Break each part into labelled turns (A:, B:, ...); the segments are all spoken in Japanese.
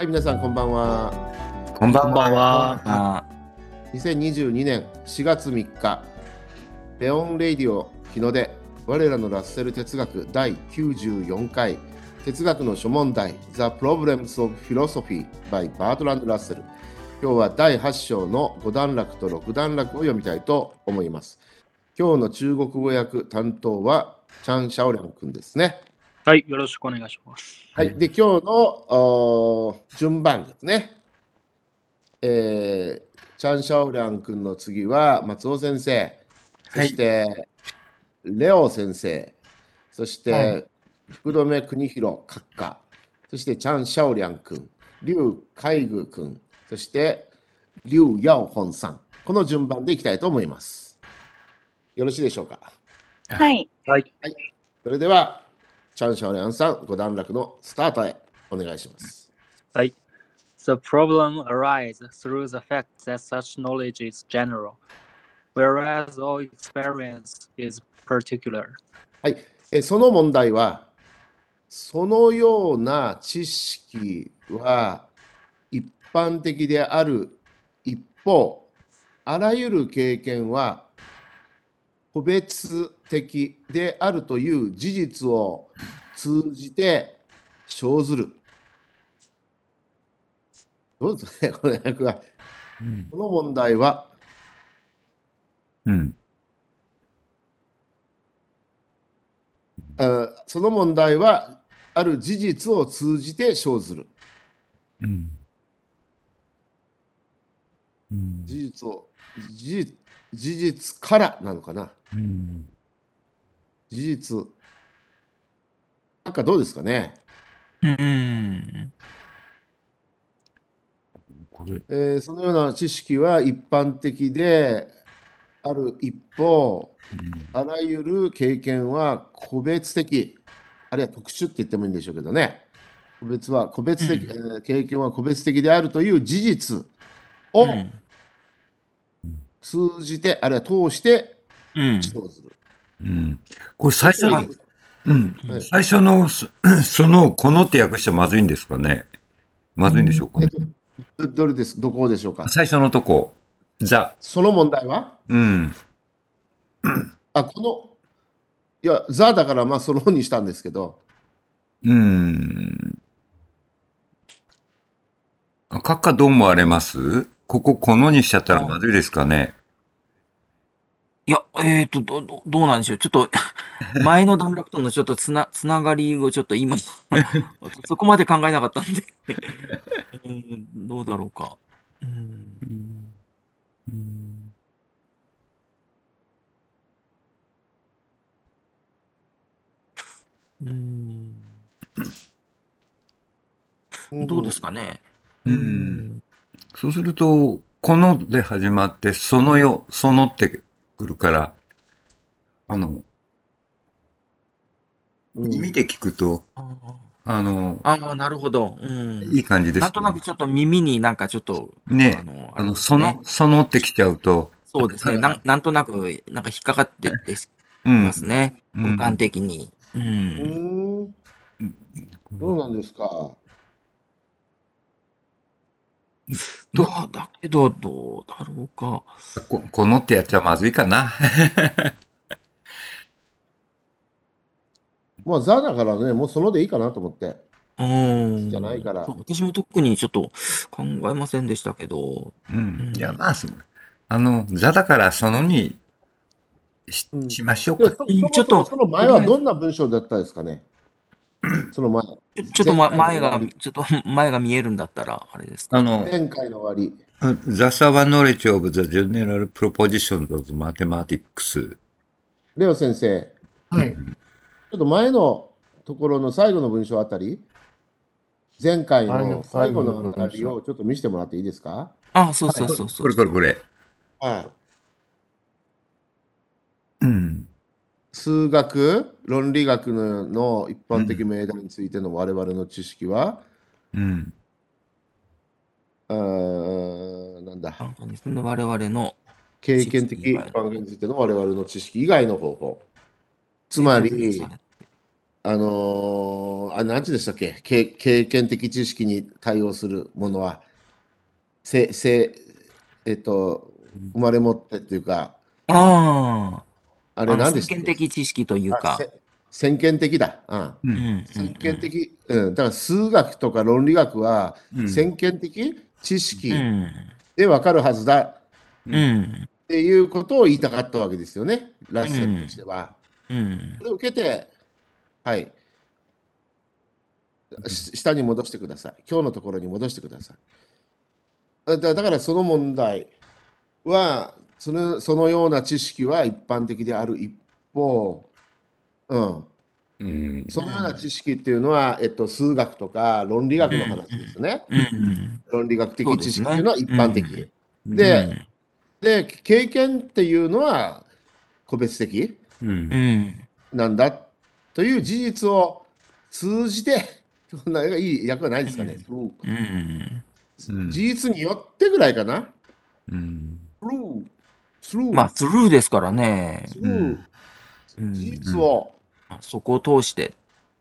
A: 皆さんこんばんは。
B: こんばんは。
C: は。
A: 2022年4月3日、レオン・レイディオ日の出、我らのラッセル哲学第94回、哲学の諸問題、The Problems of Philosophy by バートランド・ラッセル。今日は第8章の5段落と6段落を読みたいと思います。今日の中国語訳担当はチャン・シャオリャン君ですね。
C: はい、よろしくお願いします。
A: はい、で今日のおー順番ですね、えーチャン・シャオリャン君の次は松尾先生、そして、レオ先生、そして、福留邦弘閣下、そしてチャン・シャオリャン君、劉海宮君、そして劉ヤオホンさん、この順番でいきたいと思います。よろしいでしょうか。
D: はい。
C: はい、
A: それでは、チャン・シャオリャンさん、ご段落のスタートへお願いします。
C: はい。The problem arises through the fact that such knowledge is general, whereas all experience is particular.
A: はい、えーその問題は、そのような知識は一般的である一方、あらゆる経験は個別的であるという事実を通じて生ずる。どうですかね、この役は。
B: うん
A: この問題は、
B: うん。
A: あその問題は、ある事実を通じて生ずる。
B: うん。うん。
A: 事実を事実事実からなのかな
B: うん。
A: 事実なんかどうですかね、
E: うん。
B: これ、
A: えーそのような知識は一般的である一方あらゆる経験は個別的あるいは特殊って言ってもいいんでしょうけどね個別は個別的、えー経験は個別的であるという事実
C: 哦
A: を
E: うん
A: 通じて、あるいは通して
C: 嗯
E: うん。
A: そうする、
B: うん。これ最初の、うん。
A: はい
B: 最初の、そその、このって訳しちゃまずいんですかね。まずいんでしょうか
A: えっ
B: ね。
A: とどどれですどこでしょうか
B: 最初のとこ。ザ。
A: その問題は
B: うん。
A: あ、この、いや、ザだから、まあ、その本にしたんですけど、
B: うん。あ閣下どう思われますここ、このにしちゃったらまずいですかね。
E: いや、えっ、と、ど、どどうなんでしょう。ちょっ と、前の段落とのちょっとつな、つながりをちょっと 今、そこまで考えなかったんで、うんどうだろうか。うんうんどうですかね。
B: うん。そうすると、こので始まって、そのよ、そのってくるから、あの、
A: うん
B: 意味で聞くと、
E: あ
B: あの、
E: あ、なるほど。うん。
B: いい感じです、
E: なんとなくちょっと耳になんかちょっと、
B: ね
E: あの、
B: あ
E: れ
B: の、
E: です
B: そ
E: ね
B: の、そのってきちゃうと、
E: そうですね。なんなんとなく、なんか引っかかってってし
B: うん
E: ま。すね。
B: うん
E: 空間的に。う。
A: うんーん、どうなんですか。
E: どうだけど、どうだろうか。
B: ここのってやっちゃまずいかな。
A: まあ、ザだからね、もうそのでいいかなと思って。
E: うん。
A: じゃないから
E: そう私も特にちょっと考えませんでしたけど。
B: うん。いや、まあ、そのあの、座だからそのにし
A: うん
B: しましょう
A: でも
B: か。
A: そ
E: うんちょっと
A: そもそもその前はどんな文章だったですかね。その前、
E: ちょちょっと、ま、
A: 前回
E: 前
A: の
E: が、ちょっと前が見えるんだったら、あれですか。
B: あの、
A: 前回の終わり。
B: ザ・サワ・ノレッジ・オブ・ザ・ジェネラル・プロポジションズ・オブ・マテマティックス。
A: レオ先生、
D: はい。
A: ちょっと前のところの最後の文章あたり、前回の最
D: 最
A: 後
D: 後
A: の
D: の
A: あたりをちょっと見せてもらっていいですか。
E: あ、そうそうそうそ
B: こ
E: う
B: れ。これこれ。
A: はい。
B: うん。
A: 数学、論理学のの一般的命題についての我々の知識は、
B: うん。
A: うーんなんだ
E: なんかですね我々の、
A: 経験的一般についての我々の知識以外の方法つまりあのーあ、なんてでしたっけ経経験的知識に対応するものは、せ、せ、えっと、生まれ持ってっていうか、
E: あ
A: あ
E: あ
A: れ
E: の
A: 何で
E: 先
A: したっ
E: 見
A: け
E: 的知識という
A: あ
E: か。
A: せ先見的だ。うん。
B: う
E: うん
B: ん。
A: 先見的、うん、だから数学とか論理学は
B: うん
A: 先見的知識
E: うんうん
A: でわかるはずだ
E: うんうん
A: っていうことを言いたかったわけですよね、ラッセルとしては。
E: うん
A: それを受けて、はい、し下に戻してください。今日のところに戻してください。あだだからその問題はその、そのような知識は一般的である一方、うん、
B: うん。
A: そのような知識っていうのは、えっと、数学とか論理学の話ですね。
E: うん
A: 論理学的知識っていうのは一般的。
E: そうですね
A: でで、経験っていうのは個別的
B: うん
E: う。ん
A: なんだという事実を通じて、そんながいい役はないですかね。うん
E: うん
B: うん
A: 事実によってぐらいかな。
B: うん。
A: through, through,
E: まあ、スルーですからね。
A: through
B: うん
E: うん
A: 事実を
E: そこを通して。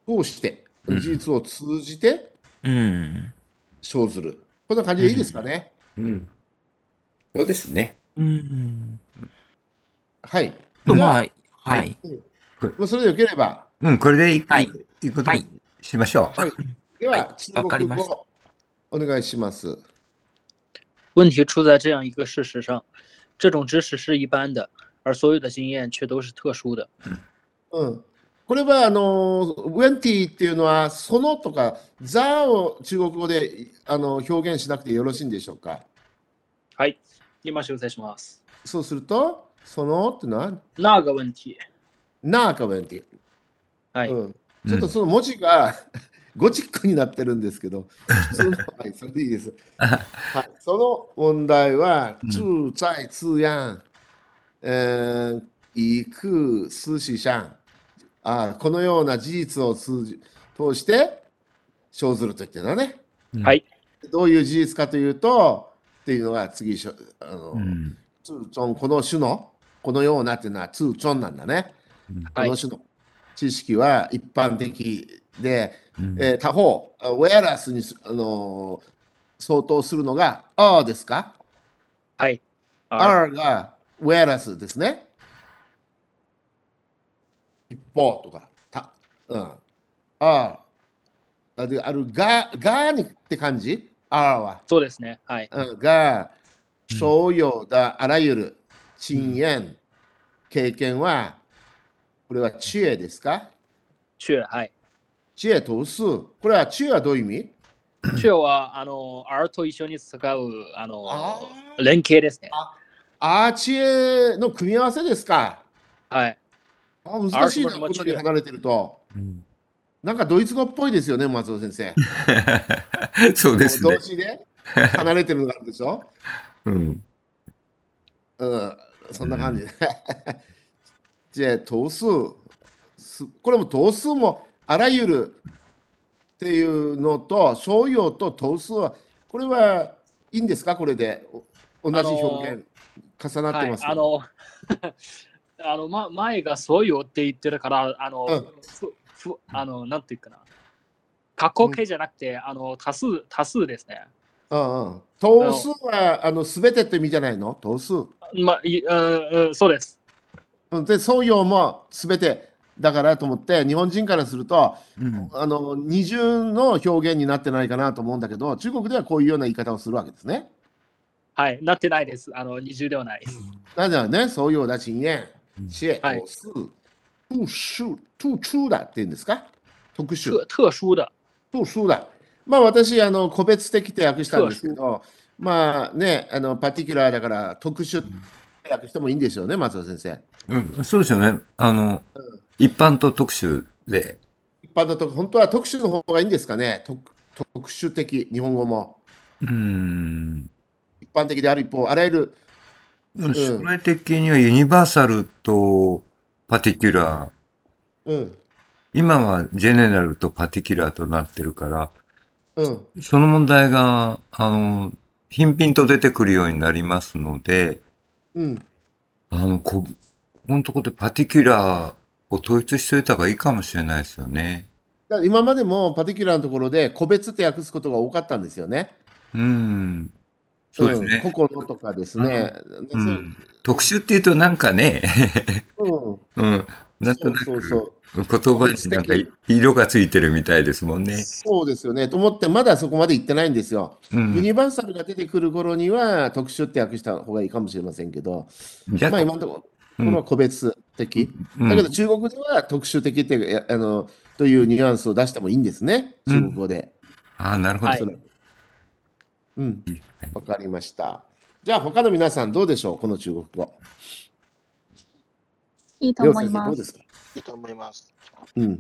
A: 通して、
B: うん
A: 事実を通じて
E: うん。
A: 生ずる。こんな感じでいいですかね。
B: うん。そうですね。
E: うん。
A: はい。
E: と、
A: じゃあ
E: まあ、はい。
A: もうそれでよければ、
B: うん、これでいく、
E: はい
B: い、くこと
E: はい
B: にしましょう。
A: では、中
E: わかり
A: 国
E: ました
A: 語お願いします。
C: 问题出在这样一个事实上：这种知识是一般的，而所有的经验却都是特殊的。
A: うん、これはあのウェンティっていうのはそのとかザを中国語であの表現しなくてよろしいんでしょうか
C: はい、今修正します。
A: そうするとそのっていうのは
C: 那个问题。
A: なーかウェンテ
C: は
A: ィ、
C: い。
A: うん、ちょっとその文字が ゴチックになってるんですけど普通の はいそれでいいです、はい、その問題は
B: うん
A: 住在自然えー行く数詞上あーこのような事実を通じ通して生ずると言ってるのね
B: うん
C: はい。
A: どういう事実かというと、っていうのが次、しょあの、
B: うん。
A: ツーチョン、この種の、このようなっていうのはツーチョンなんだね。
B: うん
A: この種の知識は一般的で、
B: うん
A: えー他方、ウェアラスにす、あのー相当するのが、あーですか
C: はい。あ
A: ?R がウェアラスですね。一方とか、た、うん。R。あで、あるが、がにって感じ ?R は。
C: そうですね。はい。
A: うんが
B: うん
A: 所有だあらゆる賃縁、経験は、これは知恵ですか
C: 却 はい。
A: 知恵と数。これは知恵はどういう意味
C: 却は、あの、R と一緒に使う、あの
A: あ、ー
C: 連携ですね。
A: あー知恵の組み合わせですか
C: はい。
A: あー難しいな、
C: あー
A: こんな
C: 知
A: に
C: 恵
A: 離れてると。
B: うん
A: なんかドイツ語っぽいですよね、松尾先生。
B: そうです
A: もう
B: ね
A: 動。詞で離れてるのがあるでしょ
B: うん。
A: うん、そんな 感じで。じゃあ、頭数す、これも頭数もあらゆるっていうのと、商用と頭数は、これはいいんですか、これで。お同じ表現、重なっ
C: は
A: て
C: い
A: ま。す、
C: あの、 あの、ま、前がそうよって言ってるから、あの、
A: うん
C: ふふあの、なんていうかな。過去形じゃなくて、あの、多数、多数ですね。
A: うんうん。頭数は、あの、すべてって意味じゃないの頭数。
C: ま、いうん、うんそうです。
A: うんで、商用もすべてだからと思って、日本人からすると、
B: うん。
A: あの、二重の表現になってないかなと思うんだけど、中国ではこういうような言い方をするわけですね。
C: はい。なってないです。あの、二重ではないです。
A: 那讲呢，所有的经验
B: うん、
A: 是
C: はい
A: 我是突出突出的って言うんですか？特殊
C: 特特殊的。
A: 特殊だ。まあ私あの個別的って訳したんですけど、まあねあのパティキュラーだから特殊って訳してもいいんですよね、松尾先生。
B: うんそうですよね。あの、一般と特集で。
A: 一般だと本当は特殊の方がいいんですかね？特特殊的日本語も
B: うん。
A: 一般的である一方あらゆる
B: うん将来的にはユニバーサルとパティキュラー。
A: うん
B: 今はジェネラルとパティキュラーとなってるから、
A: うん
B: その問題が、あの、頻々と出てくるようになりますので、
A: うん
B: あの、こ、このとこでパティキュラー構統一しといた方がいいかもしれないですよね。
A: だから今までもパティキュラーのところで個別って訳すことが多かったんですよね。
B: うん。そうですね
A: ん個々のとかですね。
B: う
A: そ
B: ん、特殊っていうとなんかね、
A: うん
B: うん、なん
A: そ
B: と
A: う
B: な
A: そう
B: く
A: そう。
B: 言葉になんか色がついてるみたいですもんね。
A: そうですよね。と思って、まだそこまで行ってないんですよ。
B: う
A: ユ
B: ん、
A: ニバーサルが出てくる頃には、特殊って訳した方がいいかもしれませんけど、
B: じゃ
A: まあ今のとこ
B: う
A: ろ、
B: ん
A: この個別的。
B: うん
A: だけど中国では特殊的っていうやあのというニュアンスを出してもいいんですね。
B: うん
A: 中国語で。
B: ああ、なるほど。
C: はい
A: それうん
B: いいはい。
A: わかりました。じゃあ他の皆さんどうでしょうこの中国語。
D: いいと
A: りょう
D: 思い
A: 先生ど
D: ま。
A: うですすか
F: いいと思います。
A: うん。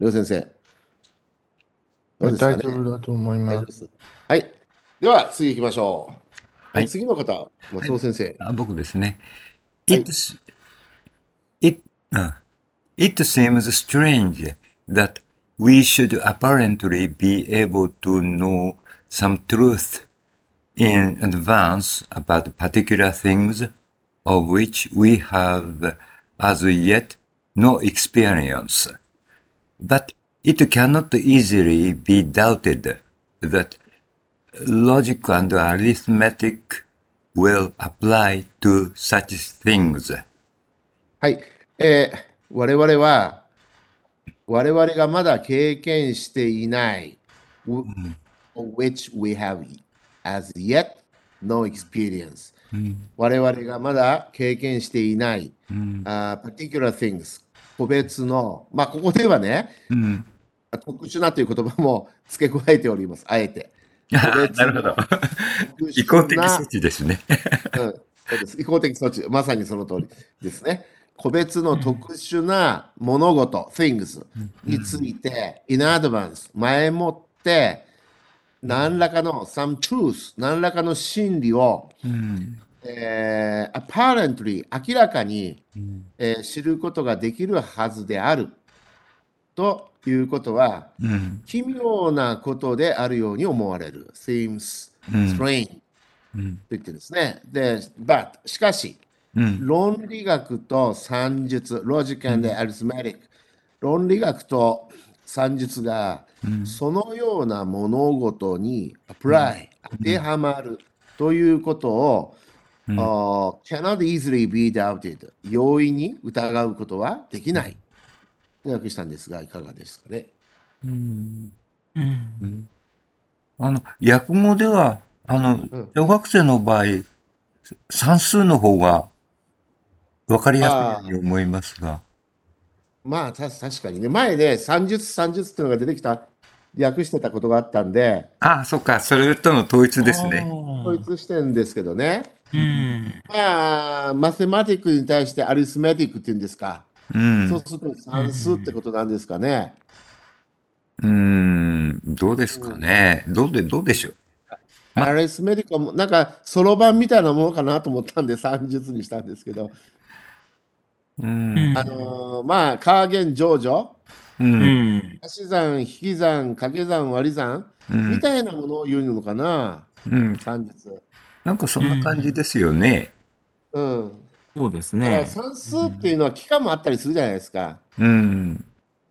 A: りょう先生。どうですか
F: 大
A: ね
F: 丈夫だと思い
A: 大丈
F: ま。
A: 夫ですす。はい。では次行きましょう。
B: はい
A: 次の方、松尾先生。
B: あ僕ですね。
A: はい
B: It, it, うん it seems strange that we should apparently be able to know some truth in advance about particular things of which we have as yet no experience. But it cannot easily be doubted that logic and arithmetic will apply to such things.
A: はい。えー我々は、我々がまだ経験していない、w- of which we have as yet no experience。我々がまだ経験していない、あー particular things、個別の、まあ、ここではね、特殊なという言葉も付け加えております、あえて。別
B: なるほど。移行的措置ですね。
A: うんそうです移行的措置、まさにその通りですね。個別の特殊な物事、things について、in advance、前もって、何らかの some truth、何らかの真理を、えー apparently、明らかに、えー知ることができるはずである。ということは、
B: うん
A: 奇妙なことであるように思われる。seems
B: うん
A: strange、
B: うん
A: と言ってですね。で、but、しかし、
B: うん
A: 論理学と算術、ロジカルでアリスメリック、論理学と算術が、そのような物事にアプライ、当てはまるということを、あー cannot easily be doubted、容易に疑うことはできない。訳したんですが、いかがですかね。
E: うん
B: あの、訳語では、あの
A: ん、
B: 小学生の場合、算数の方が分かりやすいように思いますが。
A: まあ、た確かにね、前ね、算術、算術っていうのが出てきた、訳してたことがあったんで、
B: ああ、そっか、それとの統一ですね。
A: 統一してるんですけどね。
E: うん。
A: まあ、マセマティックに対してアリスメティックっていうんですか。
B: うん。
A: そうすると算数ってことなんですかね。
B: うーん、どうですかね。どうで、どうでしょう。ま
A: アリスメティックはもうなんかそろばんみたいなものかなと思ったんで算術にしたんですけど、
B: う
E: うん
B: ん。
A: あのーまあ加減上場
B: う。
E: うんん。
A: 足し算引き算掛け算割り算
B: うん
A: みたいなものを言うのかな
B: うん。
A: 算術。
B: なんかそんな感じですよね。
A: うん。
E: そうです
A: だから
E: ね。
A: 算数っていうのは期間もあったりするじゃないですか。
B: うん。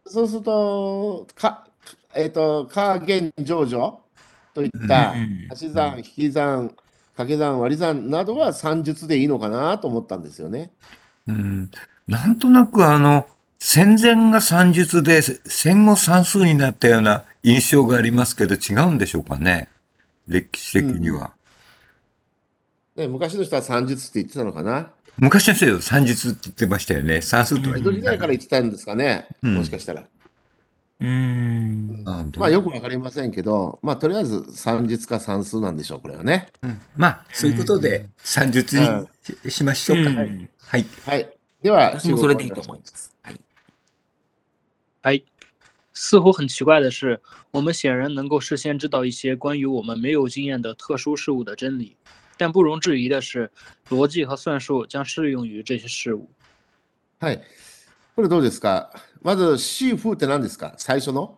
A: そうすると、か、えっ、と、加減上場といった
E: うん
A: 足し算、引き算、掛け算、割り算などは算術でいいのかなと思ったんですよね。
B: うん。なんとなくあの、戦前が算術で、戦後算数になったような印象がありますけど、違うんでしょうかね。歴史的には。
A: ね昔の人は算術って言ってたのかな。
B: 昔の人は算術って言ってましたよね。算数とは
A: 江
B: 言
A: 戸
B: っ
A: 時
B: てな
A: 代
B: い
A: から言ってたんですかね、
B: うん
A: もしかしたら。
E: うん。
B: あどう
A: まあよくわかりませんけど、まあとりあえず算術か算数なんでしょう、これはね。
B: うんまあ、そういうこと
E: う
B: で、算術にししましょうか。
E: うん
B: はい。
A: はい。では、
E: 私もそれでいいと思います。はい。
C: 哎，似乎很奇怪的是，我们显然能够事先知道一些关于我们没有经验的特殊事物的真理，但不容置疑的是，逻辑和算术将适用于这些事物。
A: はい。これどうですかまず、シーフーって何ですか最初の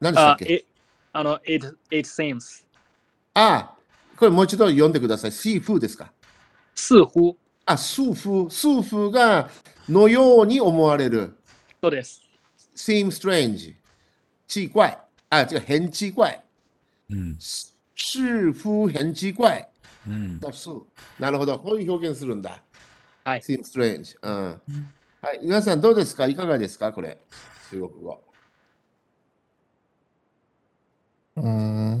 A: 何でした
C: 啊
A: っけ
C: ，it，あの it it seems，
A: ああ、これもう一度読んでください。シーフーですか
C: 似乎
A: あ、数風、数風がのように思われる。
C: そうです。
A: seem strange, 奇怪。あ、这个很奇怪。
B: うん。
A: 是夫很奇怪。
B: うん。
A: だそうなるほど。こういう表現するんだ。
C: はい
A: seem strange、うん。はい。皆さんどうですかいかがですかこれ。中国語。
D: うーん。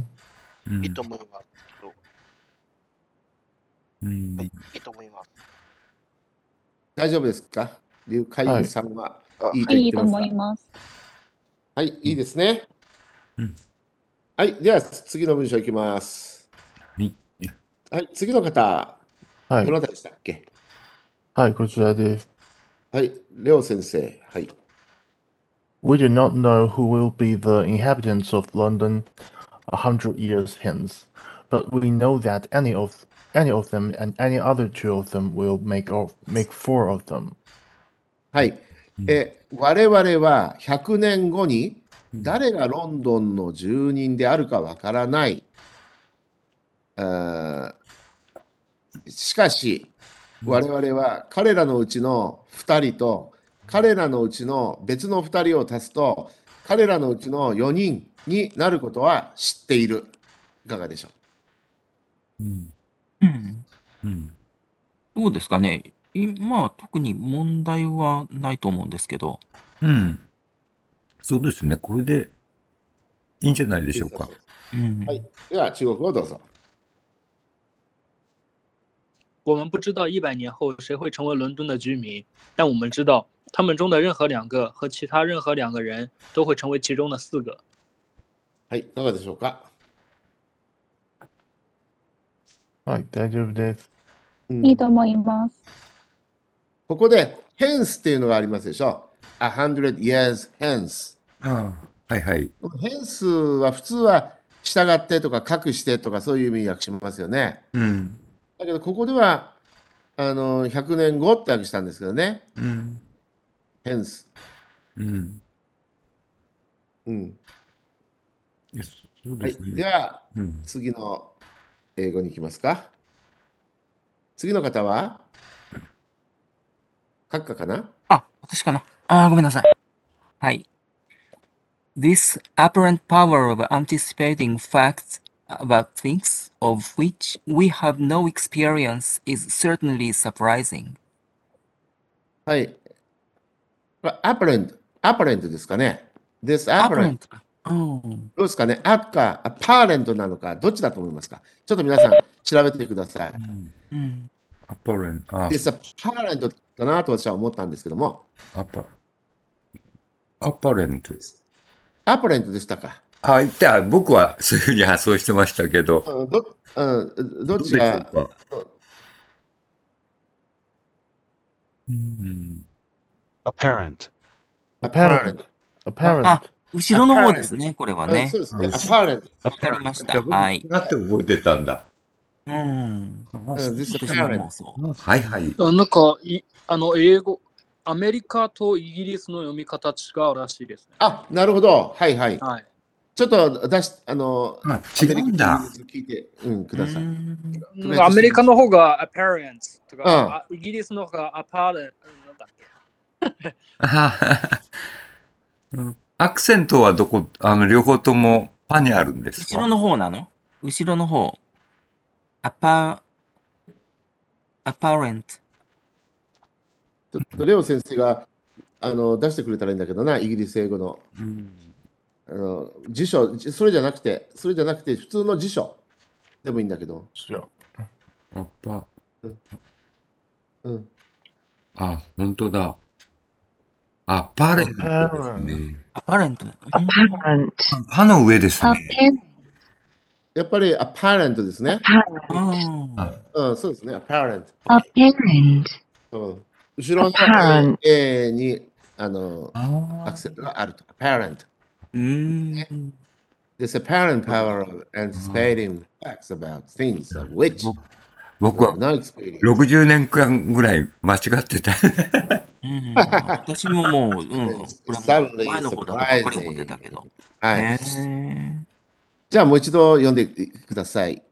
B: うん
F: いいと思います。
B: うん
F: はいいいと思います。
A: 大丈夫ですか劉海員さんは、い、いと言
G: い
A: っ
G: い
A: てま
G: と
A: す
G: 思
A: か
G: います。
A: はい、いいですね。
B: うん
A: はい。では、次の文章いきます。
B: はい。
A: はい。次の方、
D: はい
A: ど。なたでしたっけ
D: はい、こちらです。
A: はい。レオ先生。はい。
D: We do not know who will be the inhabitants of London a hundred years hence, but we know that any of any of them and any other two of them will make of make four of them.
A: はい。えー我々は100年後に誰がロンドンの住人であるかわからない。あーしかし、我々は彼らのうちの2人と彼らのうちの別の2人を足すと彼らのうちの4人になることは知っている。いかがでしょ
B: うん。
E: うん。
B: うん。
E: どうですかね。今は特に問題はないと思うんですけど。
B: うん。そうですね。これでいいんじゃないで
A: う
B: しょうか。
E: うん
A: はいでは中国語をどうぞ。
C: 我们不知道一百年后谁会成为伦敦的居民，但我们知道他们中的任何两个和其他任何两个人都会成为其中的四个。
A: はい、いかがでしょうか。
D: はい、大丈夫です。
A: うん
G: いいと思います。
A: ここで、hence っていうのがありますでしょ。a hundred years hence。
B: ああ。はいはい。
A: hence は普通は従ってとか隠してとかそういう意味に訳しますよね。
B: うん。
A: だけどここではあの100年後って訳したんですけどね。
B: うん。
A: hence。
B: うん。
A: うん。
B: いやそう
A: は
B: で
A: い
B: す。ね。
A: では、
B: うん。
A: 次の英語に行きますか。次の方は閣下かな
E: あ、私かな。あー、ごめんなさい。はい。This apparent power of anticipating facts about things of which we have no experience is certainly surprising.
A: はい。これ apparent。apparent ですかね。this apparent。
E: うん。
A: どうですかねアか、アパーレントなのか、どっちだと思いますかちょっと皆さん、調べてください。
E: うん。
B: アパレン、あ
A: で、さ、パーレントかなと私は思ったんですけども、
B: アパ、アパレントです。
A: アパレントでしたか。
B: あ、言った。僕はそういうふうに発想してましたけど。
A: うんどうん、ど
B: ど
A: っちが、
B: うでしょうかうん。
H: apparent,
A: ア
D: Apparent
A: ト。
D: Apparent.
E: あ、後ろの方ですね、これは
A: うん
E: ね
A: そう。ですね、
B: うん
A: アパーレント。
E: わかりまし
B: じゃ
E: た。
B: あ僕
E: はい。
B: だって覚えてたんだ。
E: うん。
A: うん、です
E: 私
A: アパレン
E: も
A: ト。
E: そ
B: はいはい。
C: 嗯，那个一あの英語アメリカとイギリスの読み方違うらしいですね。
A: あ、なるほど。はいはい。
C: はい。
A: ちょっと出し、あの、
B: あ、違うんだ。
A: 聞いて、うん、く
E: う。
A: ださ
E: う
A: い。
E: ん
A: なんかアメリカ
C: の方が apparent と
A: か、
C: イギリスの方が apparent なんだっけ。
B: あははうんアクセントはどこ、あの、両方ともパにあるんです
E: 後ろ
B: か
E: の方なの後ろの方。アパ、アパレント。
A: ちょっとレオ先生が、あの、出してくれたらいいんだけどな、イギリス英語の。
B: うん
A: あの辞書、じそれじゃなくて、それじゃなくて、普通の辞書でもいいんだけど。
B: アパ、
A: うん、
B: あ、本当だ。アパレントですね。
E: アパレント。うん
B: パの上です
G: ア
B: ね。
G: ペン
A: やっぱり、アパレントですね。
E: あ
B: あ
A: うん、そうですね、アパレント。
I: apparent,
A: うん、後ろの
I: Apparent
A: A にあの
B: あ
A: アクセントがあると。アパレント。
E: ーうん。
A: There's apparent power of anticipating facts about things of which
B: 僕は
A: no experience.
B: 60年間ぐらい間違ってた。
E: うん、私ももう、う ん、これはもう前の方だとばっかり思ってたけど。
A: はい
E: へ。ー
A: じゃあもう一度読んでください。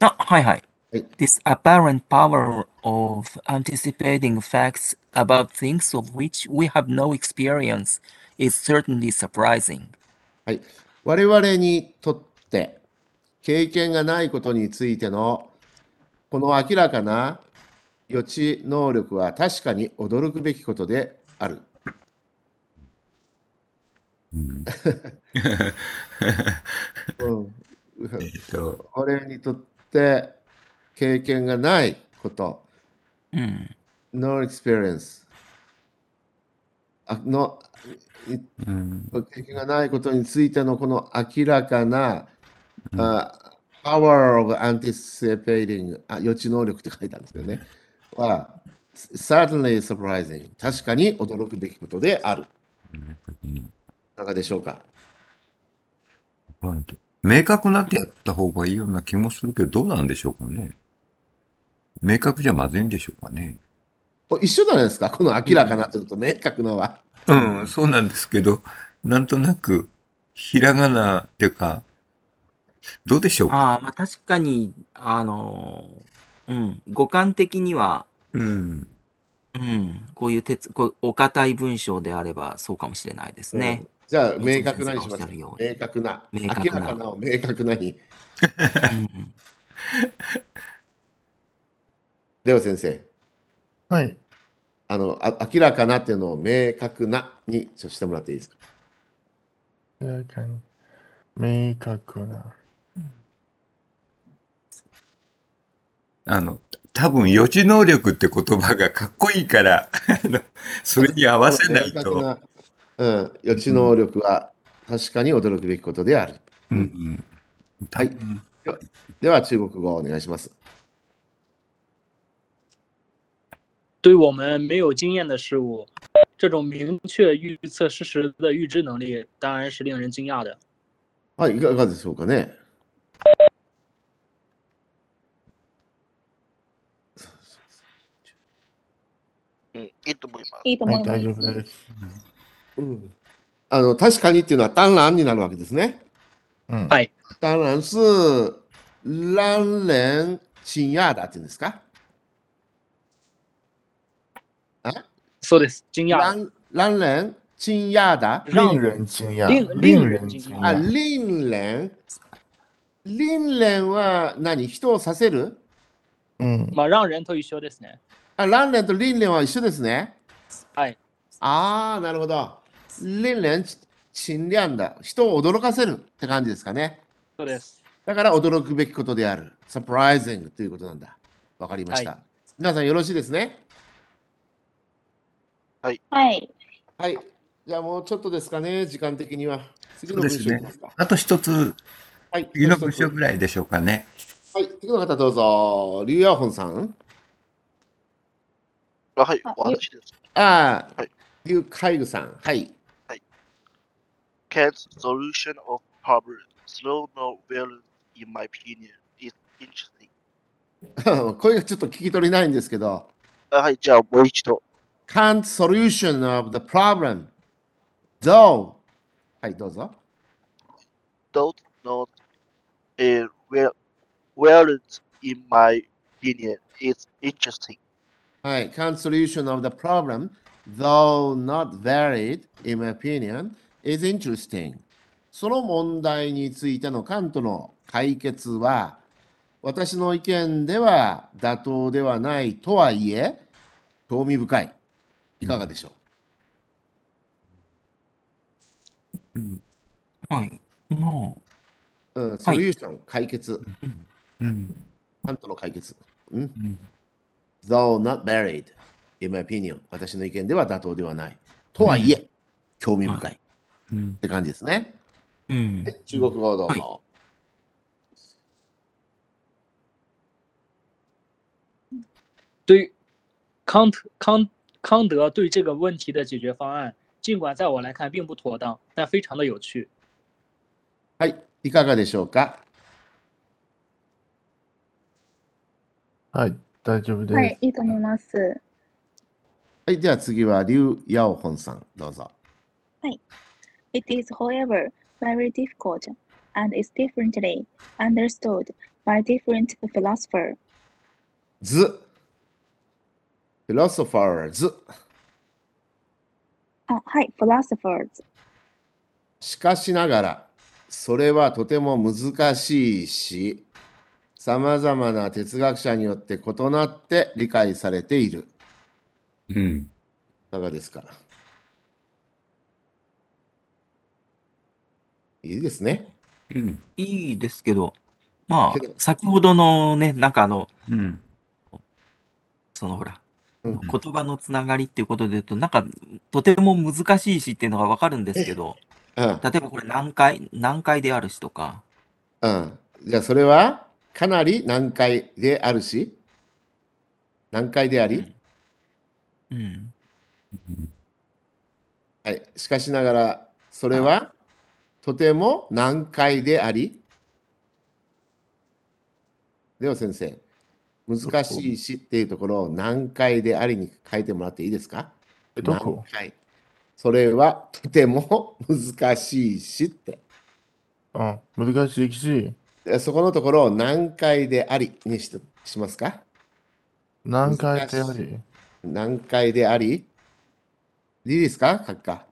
E: あ、はいはい。 This apparent power of anticipating facts about things of which we have no experience is certainly surprising.
A: 我々にとって経験がないことについてのこの明らかな予知能力は確かに驚くべきことである。
B: うん
A: うん、
B: えっと、
A: 我々にとって経験がないこと、
E: うん。
A: no experience あの
B: うん、
A: 経験がないことについてのこの明らかな、あ power of anticipating あ予知能力って書いたんですけどね。は certainly surprising 確かに驚くべきことである。いかがでしょうか
B: うん明確になってやった方がいいような気もするけど、どうなんでしょうかね。明確じゃまずいんでしょうかね。
A: お一緒じゃないですかこの明らかなというと明確なは。
B: うん、そうなんですけど、なんとなく、ひらがなっていうか、どうでしょうか。
E: ああ、まあ確かに、あのー、うん、五感的には、
B: うん。
E: うん、こういう鉄、こうお堅い文章であればそうかもしれないですね。
A: じゃあ明確なにしましょう
E: いつも。
A: 明確な。明
E: 明確な
A: らかなを明確なに。
E: うん
A: では先生、
D: はい。
A: あのあ明らかなっていうのを明確なにちょっとしてもらっていいですか
D: 明確に明確な。
B: あの、多分予知能力って言葉がかっこいいから、 あのそれに合わせない
A: 明確
B: と。
A: な、うん、予知能力は確かに驚くべきことである。
B: うんうん
A: はいでは中国語をお願いします。
C: 对我们没有经验的事物，这种明确预测事实的预知能力当然是令人惊讶的。
A: はい、いかがでしょうかね。
F: うん、いいと思います。
G: いいと
D: は
G: 思
D: い、
G: いま
D: 大
G: す。
D: 丈夫です。
A: うん、あの確かにっていうのは単乱になるわけですね。
D: うん。
C: はい
A: 単乱是乱連チンヤーダっていうんですか
C: そうです。惊讶。
A: 乱乱連チンヤーダ
D: 令人惊讶。
C: 令
D: 令
C: 令
D: 人
C: 人
D: 惊
C: 惊
A: あ、
D: 讶。
A: 林連林連は何人をさせる
D: うん。
C: まあ、让人と一緒ですね。
A: あ、ランレンとリンレンは一緒ですね。
C: はい。
A: ああ、なるほど。リンレン、チンリャンだ。人を驚かせるって感じですかね。
C: そうです。
A: だから驚くべきことである。サプライズングということなんだ。わかりました。
C: は
A: 皆さんよろしいですね。
G: はい。
A: はい。じゃあもうちょっとですかね、時間的には。次の
B: そ
A: 文
B: う
A: 章
B: です
A: い
B: ね
A: きますか。
B: あと一つ、
A: はい。
B: 次の文章ぐらいでしょうかね。
A: はい。次の方どうぞ。リュウヤホンさん。
F: あはい
G: あ、
F: お話です。
A: ああ、
F: はい
A: リュウカイグさん。はい。
F: Cat's solution of problem, slow novel, in my opinion, is interesting.
A: 声がちょっと聞き取れないんですけど。
F: あはい、じゃあもう一度。
A: Kant's solution of the problem, though. はい、どうぞ。
F: Don't not a well, well, in my opinion, is interesting.
A: はい、Kant's solution of the problem, though not varied, in my opinion, is interesting. その問題についてのカントの解決は、私の意見では妥当ではないとはいえ、興味深い。いかがでしょう、
E: はい。も
A: うん、ソリューション、解決。
B: うん
A: カントの解決。うん
B: ん
A: Though not varied, in my opinion, 私の意見では妥当ではない。とはいえ、興味深いっ
B: うん
A: て感じですね。
E: う、うん。
A: 中国語をどうぞ。
C: 对于康特康康德对这个问题的解决方案，尽管在我来看并不妥当，但非常的有趣。
A: はい、い、かがでしょうか
D: はい、大丈夫です。
G: はい、いいと思います。
A: はい、では次は、リュウ・ヤオホンさん、どうぞ。
G: It is, however, very difficult and is differently understood by different philosophers.
A: ず。philosophers。
G: あ、はい。philosophers。
A: しかしながら、それはとても難しいし、さまざまな哲学者によって異なって理解されている。
B: うん。
A: いかがですかいいですね。
B: うん。
E: いいですけど、まあ
A: けど、
E: 先ほどのね、なんかあの、
B: うん。
E: そのほら、
A: うん
E: 言葉のつながりっていうことで言うと、なんか、とても難しいしっていうのがわかるんですけど、
A: うん。
E: 例えばこれ難解、難解であるしとか、
A: うん。じゃあそれはかなり難解であるし、難解であり、
E: うん。
A: はい。しかしながら、それはとても難解であり、では先生、難しいしっていうところを難解でありに書いてもらっていいですか
D: えどこ
A: 難解それはとても難しいしって。
D: あ、難しいし、
A: でそこのところを難解でありにししますか
D: 難解であり、
A: 難解でありいいですか書くか。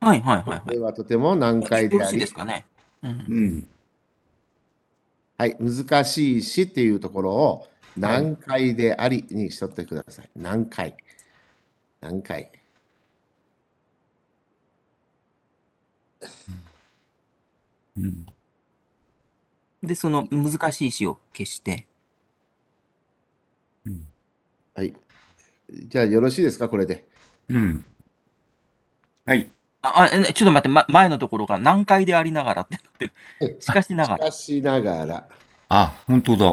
E: はいはいはい
A: こ
E: はい。
A: れはとても難解
E: よ
A: で
E: ろ
A: あ
E: しい
A: り
E: です。かね。うん。
B: うん。
A: はい、難しいしっていうところを難解でありにしとってください。難解。難解。
B: うん。
E: で、その難しい詩を消して、
B: うん。
A: はい。じゃあよろしいですか、これで。
B: うん。はい。
E: あ、あえちょっと待って、ま、前のところが難解でありながらってなってる。しかしな
A: し
E: がら。
A: かしながら。
B: あ、本当だ。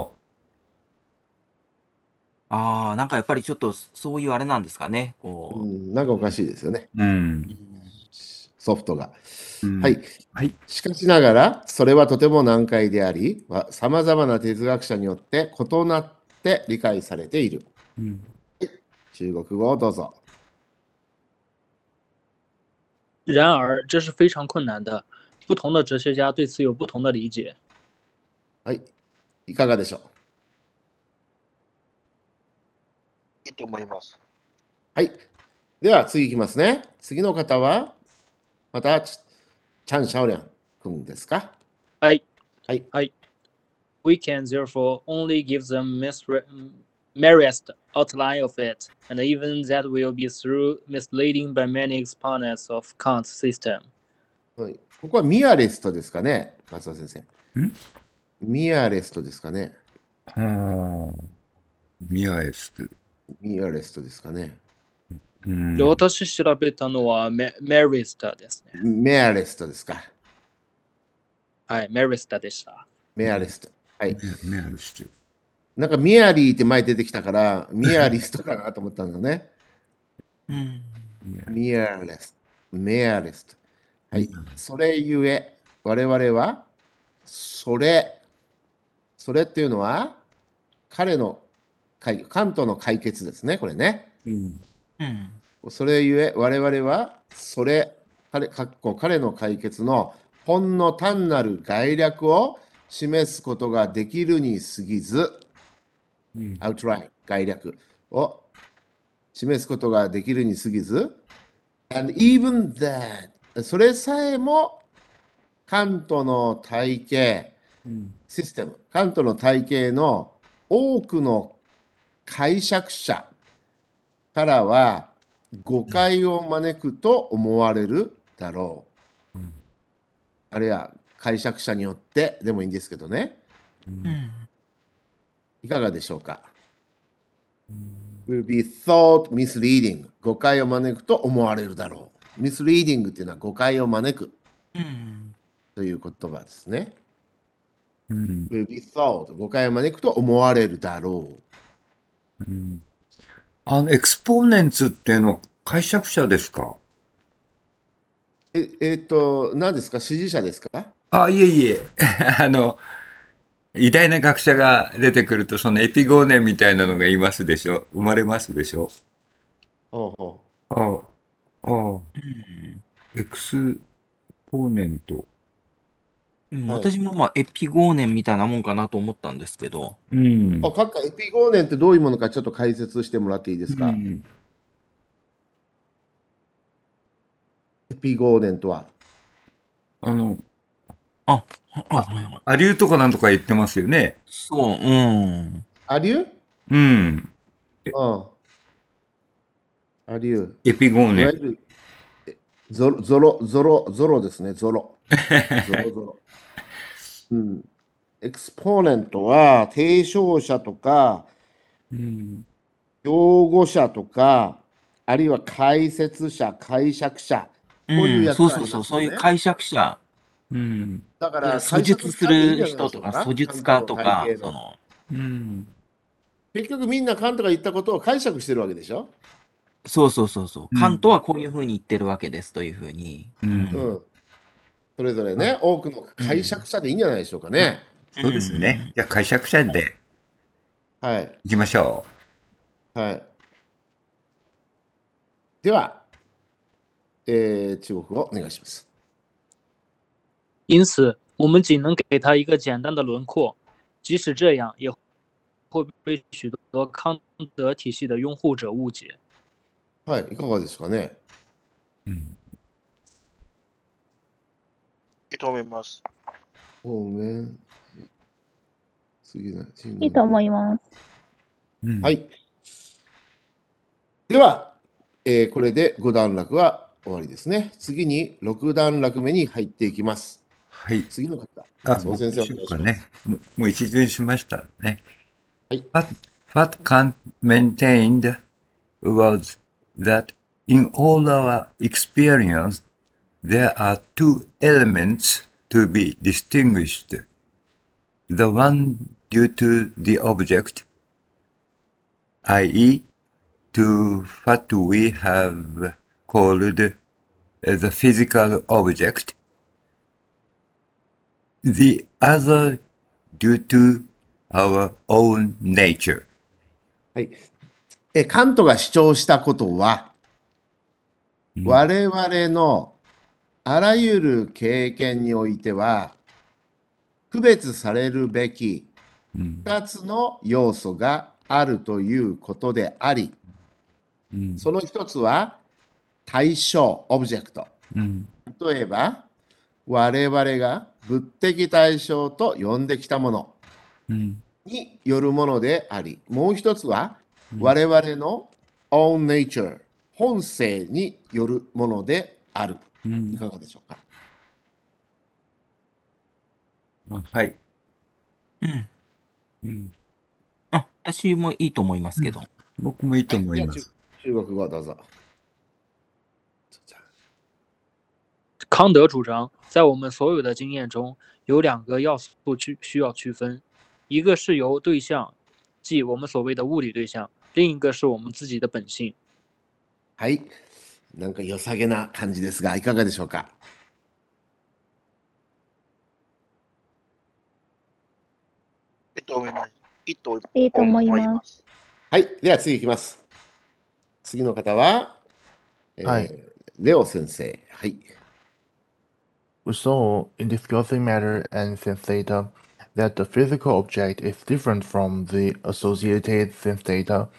E: ああ、なんかやっぱりちょっとそういうあれなんですかね。こ
A: う
E: う。
A: ん、なんかおかしいですよね。
B: うん。
A: ソフトが。
B: うん
A: はい。。
B: はい。
A: しかしながら、それはとても難解であり、さまざまな哲学者によって異なって理解されている。
B: うん。
A: 中国語をどうぞ。
C: 然而，这是非常困难的，不同的哲学家对此有不同的理解。
A: はい。いかがでしょう
F: いいと思います。
A: はい。では次いきますね。次の方は、またチ、チャン・シャオリャン君ですか
C: はい。
A: はい。
C: We can therefore only give them misre- merest outline of it, and even that will be through misleading by many exponents of Kant's system.
A: はいここはミアレストですかね松田先生。
B: ん
A: ミアレストですかね
B: はあ。ミアエスク。
A: ミアレストですかね
B: うん。
C: 私調べたのはメ merest ですね。
A: メアレストですか
C: はい、merest 哎啊でした。
A: メアレスト。はい。
B: ミアエスク。
A: なんかミアリーって前出てきたから、ミアリストかなと思ったんだね。
E: うん。
A: ミアレスト。メアレスト。はい。それゆえ、我々は、それ、それっていうのは、彼の解、関東の解決ですね、これね。
B: うん。
E: うん。
A: それゆえ、我々は、それ、彼、かっこ彼の解決の、ほんの単なる概略を示すことができるに過ぎず、
B: うん。
A: アウトライン、概略を示すことができるに過ぎず、and even that、それさえも、カントの体系、
B: うん。
A: システム、カントの体系の多くの解釈者からは誤解を招くと思われるだろう。
B: うん
A: あるいは解釈者によってでもいいんですけどね。
E: うん。
A: いかがでしょうか will be thought misleading 誤解を招くと思われるだろう。misleading っていうのは誤解を招く
E: うん。
A: という言葉ですね。
B: うん。
A: will be thought 誤解を招くと思われるだろう。
B: うんあの、エクスポーネンツっていうのは解釈者ですか
A: え、えっと、何ですか支持者ですか
B: あ、いえいえ。 あの、偉大な学者が出てくると、そのエピゴーネみたいなのがいますでしょ生まれますでしょ
A: ほうほ
B: ああ、ああ、
E: うん
B: エクスポーネント。
E: うん
A: はい
E: 私もまあエピゴーネンみたいなもんかなと思ったんですけど、
B: うん
A: あ、閣下、エピゴーネンってどういうものかちょっと解説してもらっていいですか、
B: うん
A: エピゴーネンとは。
B: あの、
E: ああはいはい
B: アリューとかなんとか言ってますよね。
E: そう、うん。
A: アリュー
B: うん。
A: うん。アリュ
B: エピゴー
A: ー。い
B: ネ
A: わ
B: ン
A: ゆ。るえゾロ、ゾロ、ゾロ、ゾロですね、ゾ ロ。ゾロゾロ。うん。エクスポーネントは、提唱者とか、
E: うん
A: 擁護者とか、あるいは解説者、解釈者。こういうやつ
E: そう
A: あり
E: そう
A: ますよ
E: そ
A: ね
E: う、そういう解釈者。うん。
A: だか
E: だから
A: ら、
E: 訴述する人とか、訴
A: 解釈者でいいんじゃないでしょう
E: 述家とか
A: 関係、の
E: その、うん。
A: 結局みんなカントが言ったことを解釈してるわけでしょ、
E: そうそうそうそうう。
B: ん
E: カントはこういうふうに言ってるわけですというふうに。
B: う。
A: うんん、それぞれね、多くの解釈者でいいんじゃないでしょうかね。
B: そうですね。じゃあ解釈者で
A: はい、
B: いきましょ
A: はい。では、えー中国語お願いします。
C: 因此，我们仅能给它一个简单的轮廓。即使这样，也会被许多康德体系的拥护者误解。
A: はい、いかがですかね。
B: う。うん
F: いいと思います。
A: ごめん。次だ。
G: いいと思います。
B: うん
A: はい。では、えーこれで5段落は終わりですね。次に6段落目に入っていきます。
B: はい。
A: 次の方。
B: あ、
A: そう
B: 僕
A: 先生
B: で
A: お
B: し
A: 願いします
B: ょうかね。もうもう一巡しましたね。
A: はい。
B: What, what Kant maintained was that in all our experience, there are two elements to be distinguished. The one due to the object, i.e., to what we have called uh, the physical object, the other due to our own nature.
A: はい。えー、カントが主張したことは、
B: うん
A: 我々のあらゆる経験においては、区別されるべき
B: うん
A: 2つの要素があるということであり、
B: うん
A: その1つは対象、オブジェクト。
B: うん
A: 例えば、我々が物的対象と呼んできたもの
B: うん
A: によるものであり、もう一つは我々の own nature、本性によるものである。
B: うん
A: いかがでしょうか
B: はい。
E: うん。
B: うん
E: あ、私もいいと思いますけど。
B: 僕もいいと思います。
A: 中国語どうぞ。
C: 康德主张，在我们所有的经验中，有两个要素区需要区分，一个是由对象，即我们所谓的物理对象，另一个是我们自己的本性。
A: はい。なんか良さげな感じですが、いかがでしょうか
F: いいと思います。いいと思います。
G: いいと思います
F: す。
A: はい。では次いきます。次の方は、えー
D: はい
A: レオ先生。はい。
D: We saw in discussing matter and sense data that the physical object is different from the associated sense data,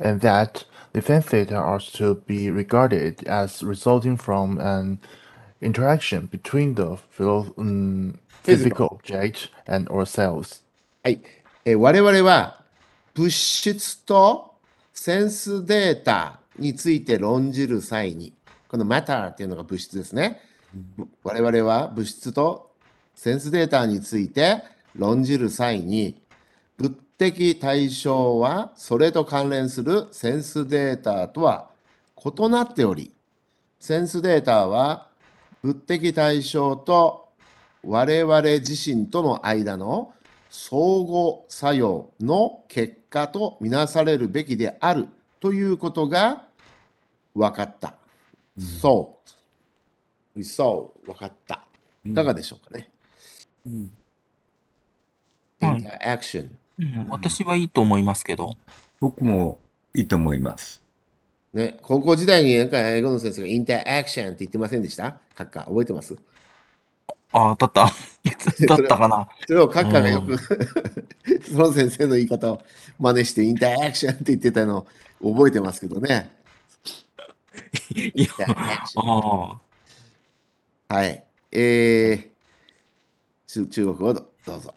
D: and that the sense data are to be regarded as resulting from an interaction between the philo- um,
A: Physical.
D: physical object and ourselves.
A: はい、えー我々は物質とセンスデータについて論じる際に、この matter っていうのが物質ですね。我々は物質とセンスデータについて論じる際に、物的対象はそれと関連するセンスデータとは異なっており、センスデータは物的対象と我々自身との間の相互作用の結果とみなされるべきであるということが分かった。そう。そう、分かった。いかがでしょうかね。
B: うん
E: うん
A: Interaction。
E: うん私はいいと思いますけど。
B: 僕もいいと思います。
A: ね、高校時代になんか英語の先生が Interaction って言ってませんでしたかっか覚えてます
E: あ、だった だったかな
A: それをカッカがよく、 その先生の言い方を真似してインタアクションって言ってたのを覚えてますけどね。
E: いや、あ
A: はい。えー、中中国語どどうぞ。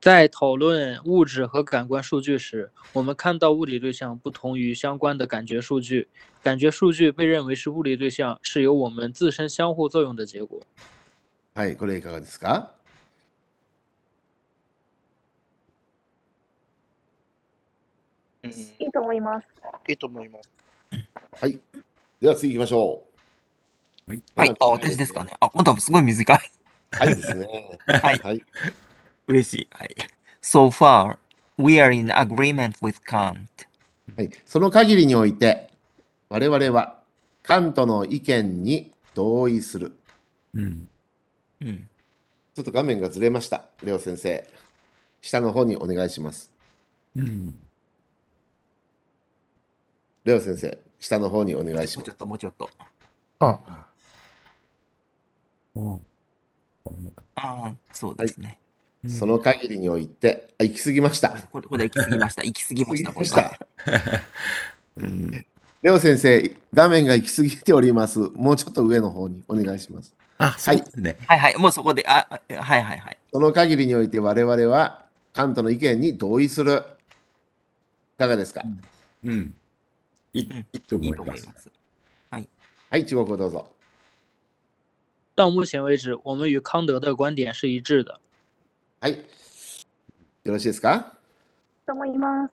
C: 在讨论物质和感官数据时，我们看到物理对象不同于相关的感觉数据。感觉数据被认为是物理对象，是由我们自身相互作用的结果。
A: はい、これいかがですか
F: うん
G: いいと思います。
F: いいと思います。
A: はい。では次行きましょう。
E: あ、はい、あ、私ですかね。あ、今度はすごい短い。
A: はいですね。
E: はい。
A: はい。
E: 嬉しい。はい。So far, we are in agreement with Kant.
A: はい、その限りにおいて、我々はカントの意見に同意する。
B: うん
E: うん。
A: ちょっと画面がずれました。レオ先生。下の方にお願いします。
B: うん
A: レオ先生、下の方にお願いし
E: もう
A: ます
E: ちょ。っと、もうちょっと。
D: Ah,
B: お
E: ああ、そうですね。
B: うん
A: その限りにおいて、あ、行き過ぎました。
E: これ、これ行き過ぎました。行き過ぎました。これ
A: 行き過ぎま
E: は。
B: うん
A: レオ先生、画面が行き過ぎております。もうちょっと上の方にお願いします。
B: あ、そうですね。
E: はいはい。もうそこで、あ、あはいはいはい。
A: その限りにおいて我々はカントの意見に同意する。いかがですか、
B: うん。いいいいと
E: いい
B: 思い
E: と思
B: ま
E: い
B: す
E: ま。す。
A: はい、中国語どうぞ。
C: 到目前为止，我们与康德的观点是一致的。
A: はい。よろしいですか
G: と思います。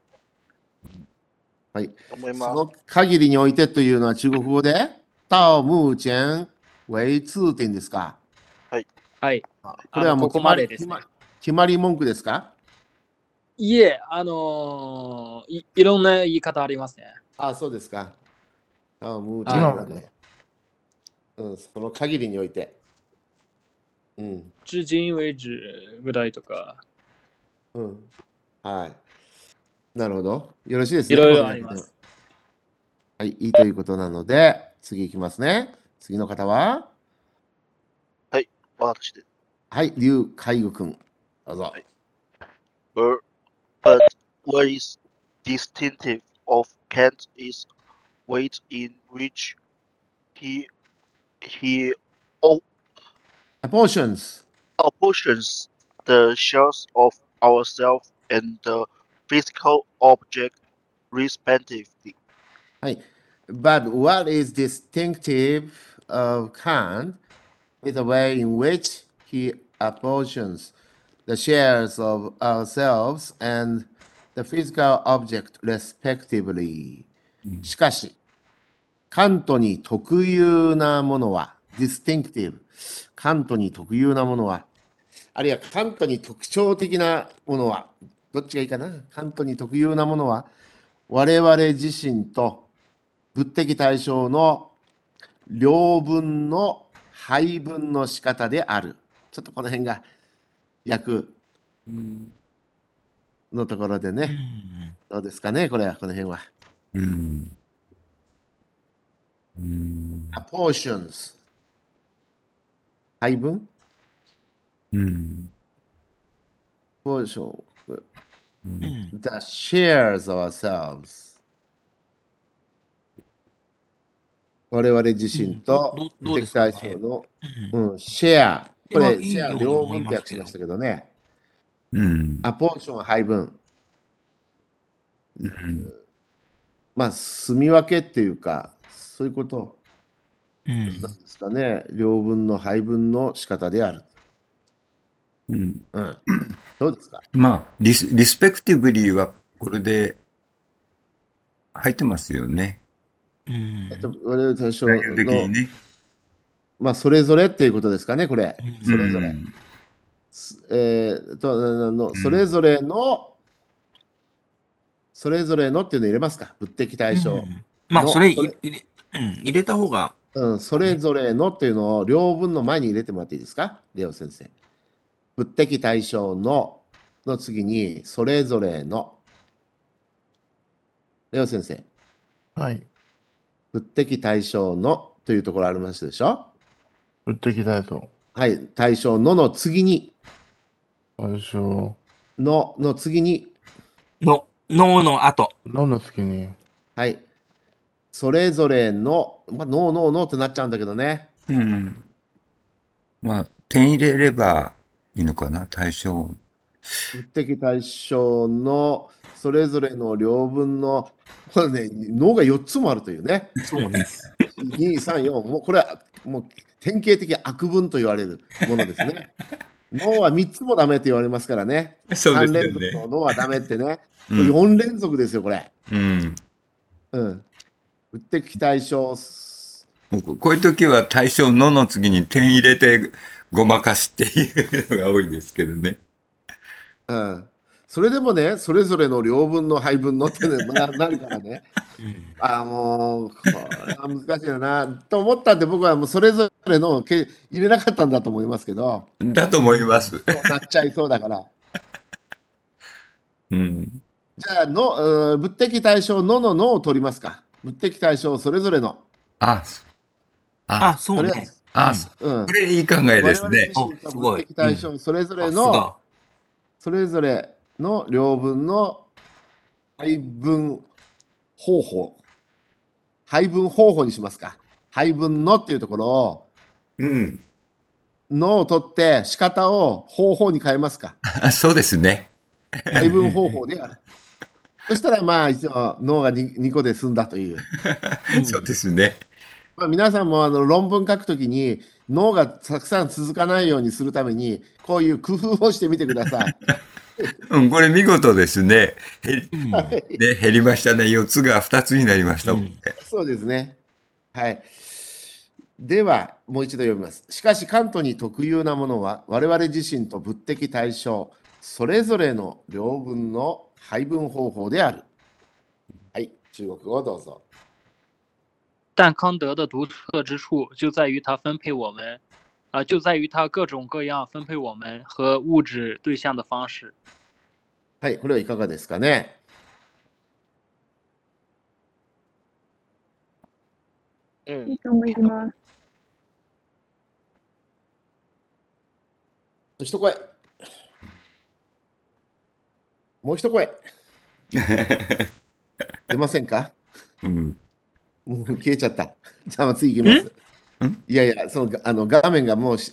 A: はい。
F: 思い
A: そ
F: ます。
A: の限りにおいてというのは中国語で、到目前为止点ですか
C: はい。
A: これはもう
C: あの
A: 決
C: ここ
A: ま
C: ま
A: り
C: で啊です
A: 決
C: ね
A: ま決まり文句ですか
C: いえ、あのーい、いろんな言い方ありますね。
A: あ、そうですか。到目
C: あ
A: 前だね。うん、その限りにおいて。うん。
C: 至今为止ぐらいとか、
A: うん。はい。なるほど。よろしいですね。
C: いろいろあります。
A: はい、いいということなので、次いきますね。次の方は、
F: 私で。
A: はい、劉海悟君。どうぞ。
F: But, but what is distinctive of Kant is weight in which he he o-
A: Abortions。
F: apportions the shells of ourselves and the physical object respectively.
A: But what is distinctive of Kant is the way in which he apportions the shares of ourselves and the physical object respectively.
B: うん
A: しかし、カントに特有なものは、distinctive。カントに特有なものは、あるいはカントに特徴的なものは、どっちがいいかなカントに特有なものは、我々自身と物的対象の両分の配分の仕方である。ちょっとこの辺が訳
B: うん
A: のところでね、どうですかね、これは、この辺は。
B: うんうん。
A: apportions。配分
B: うん。
A: portion。
B: うん
E: うん
A: that shares ourselves。我々自身と
E: うん
A: 物
E: どどうで
A: 的
E: すか
A: 対象の、うん、シェア。これ
E: いや、いい
A: シェア
E: ように
A: 両
E: 思い
A: 分
E: ま
A: って訳
E: すけ
A: し
E: ど
A: ましたけどね。
B: うん。
A: アポーション配分。
B: うん
A: まあ、住み分けっていうか、そういうこと
E: うん
A: なんですかね。両分の配分の仕方である。
B: うん。
A: うん。どうですか
B: まあ、リスリスペクティブリーはこれで入ってますよね。
E: うん
A: えっと、我々対象
B: 内容的に
A: の、
B: ね。
A: まあ、それぞれっていうことですかね、これ。
E: うん
A: それぞれ。
B: うん
A: すえーとあの
B: ん
A: それぞれの、それぞれのっていうの入れますか物的対象、う
E: うんんまあ、
A: の
E: それい
A: それ
E: 入れ、うん、入れた方が、
A: それぞれのっていうのを両分の前に入れてもらっていいですかレオ先生物的対象のの次にそれぞれのレオ先生
D: hi.
A: 物的対象のというところありましたでしょ
D: 打っていきたいと。
A: はい、対象のの次に、
D: 最初、の
A: のの次に、
E: の、のの後。
D: の次に、
A: はい、それぞれの、まあ、ノーノーノーってなっちゃうんだけどね。
B: うん。まあ、点入れればいいのかな、対象。
A: 物的対象のそれぞれの両分の、これね、脳が4つもあるというね。
E: そうね。
A: 2、3、4、もうこれはもう典型的悪文と言われるものです ね。脳は3つもダメって言われますからね。
B: そ
A: 3連続の脳はダメってね。
B: うん
A: 4連続ですよ、これ。
B: うん。
A: うん。物的対象、
B: もうこういう時は対象のの次に点入れてごまかすっていうのが多いですけどね。
A: うん。それでもね、それぞれの両分の配分のってね、な なるからね。あーもう、これは難しいよな。と思ったんで、僕はもうそれぞれのけ入れなかったんだと思いますけど、
B: だと思います。
A: そうなっちゃいそうだから。
B: うん。
A: じゃあの、うー物的対象のののを取りますか。物的対象それぞれの。
B: あ、
E: あ、
B: あ、
E: そう
A: とりあえ
E: ね。
A: ず
B: あ、
A: うん
B: こ。れいい考えですね。
A: 我々自身が
E: おすごい
A: 物的対象それぞ
E: あ
A: れ
E: す
A: の、
E: が
A: それぞれの両分の配分方法。配分方法にしますか。配分のっていうところを、
B: うん。
A: のを取って仕方を方法に変えますか。
B: あそうですね。
A: 配分方法でやる。 そしたらまあ一応脳が 2, 個で済んだという。
E: うん
B: そうですね。
A: まあ、皆さんもあの論文書くときに脳がたくさん続かないようにするためにこういう工夫をしてみてください。
B: うん、これ見事ですね。へり
E: うん
B: ね、減りましたね。4つが2つになりましたもんね。
A: そうですね。はい。では、もう一度読みます。しかし、カントに特有なものは、我々自身と物的対象、それぞれの両分の配分方法である。はい、中国語をどうぞ。
C: 但康德的独特之处就在于他分配我们，啊、就在于他各种各样分配我们和物质对象的方式。
A: はい、これはいかがですかね。
G: いいと思います。
A: 一声。もう一声。出ませんか
B: うん。
A: もう消えちゃった。じゃあ次行きます
B: ん。
A: いやいや、そのあの画面がもうし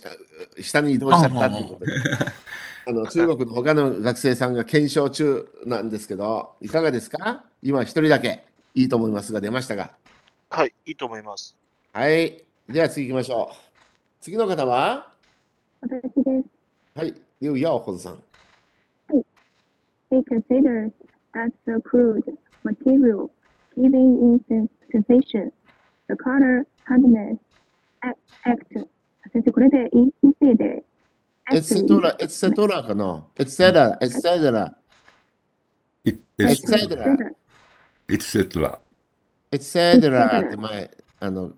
A: 下に移動しちゃったっていうことで。 あの中国の他の学生さんが検証中なんですけど、いかがですか今一人だけいいと思いますが出ましたが。
F: はい、いいと思います。
A: はい。では次行きましょう。次の方は
G: 私です。
A: はい。リュウ・ヤオホズさん。
G: They consider as the crude material giving in sensation, the color, hardness, act, act. 先生、これでいいいいせいで。
A: エセトラ、エセトラかなエセラ、エセラ、
B: It-
A: エ
B: it's-
A: セラ、
B: etc.
A: エセラって前、あの、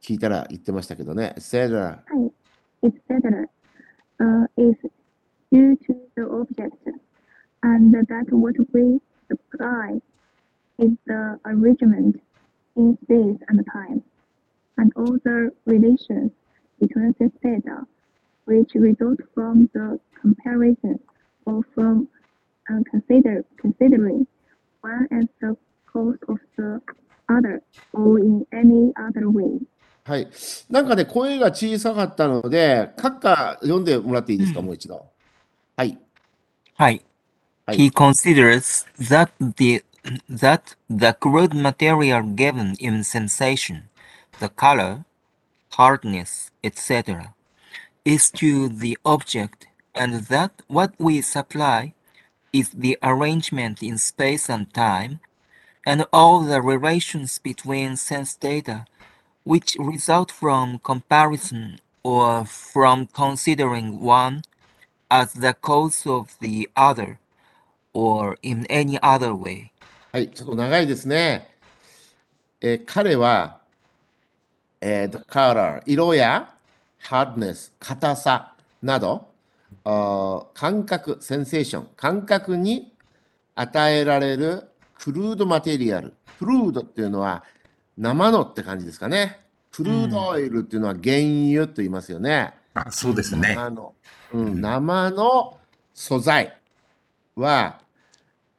A: 聞いたら言ってましたけどね。エセラ。
G: etc. Uh, is due to the object, and that what we supply is the arrangement in space and time, and all the relations between this data, which result from the comparison or from uh, consider considering one as the cause of the other or in any other way.
A: はい。なんかね、声が小さかったので、カッカ読んでもらっていいですか、
E: うん
A: もう一度。はい。
E: はい。
A: はい
E: He considers that the that the crude material given in sensation, the color, hardness, etc., is to the object, and that what we supply is the arrangement in space and time, and all the relations between sense data, which result from comparison or from considering one as the cause of the other or in any other way.
A: はい。ちょっと長いですね。えー彼は、えー、the color、色や hardness、硬さなど、あー感覚、センセーション、感覚に与えられるクルードマテリアル。クルードっていうのは生のって感じですかね。クルードオイルっていうのは原油と言いますよね。
B: あそうですね。
A: あの、うん、生の素材は、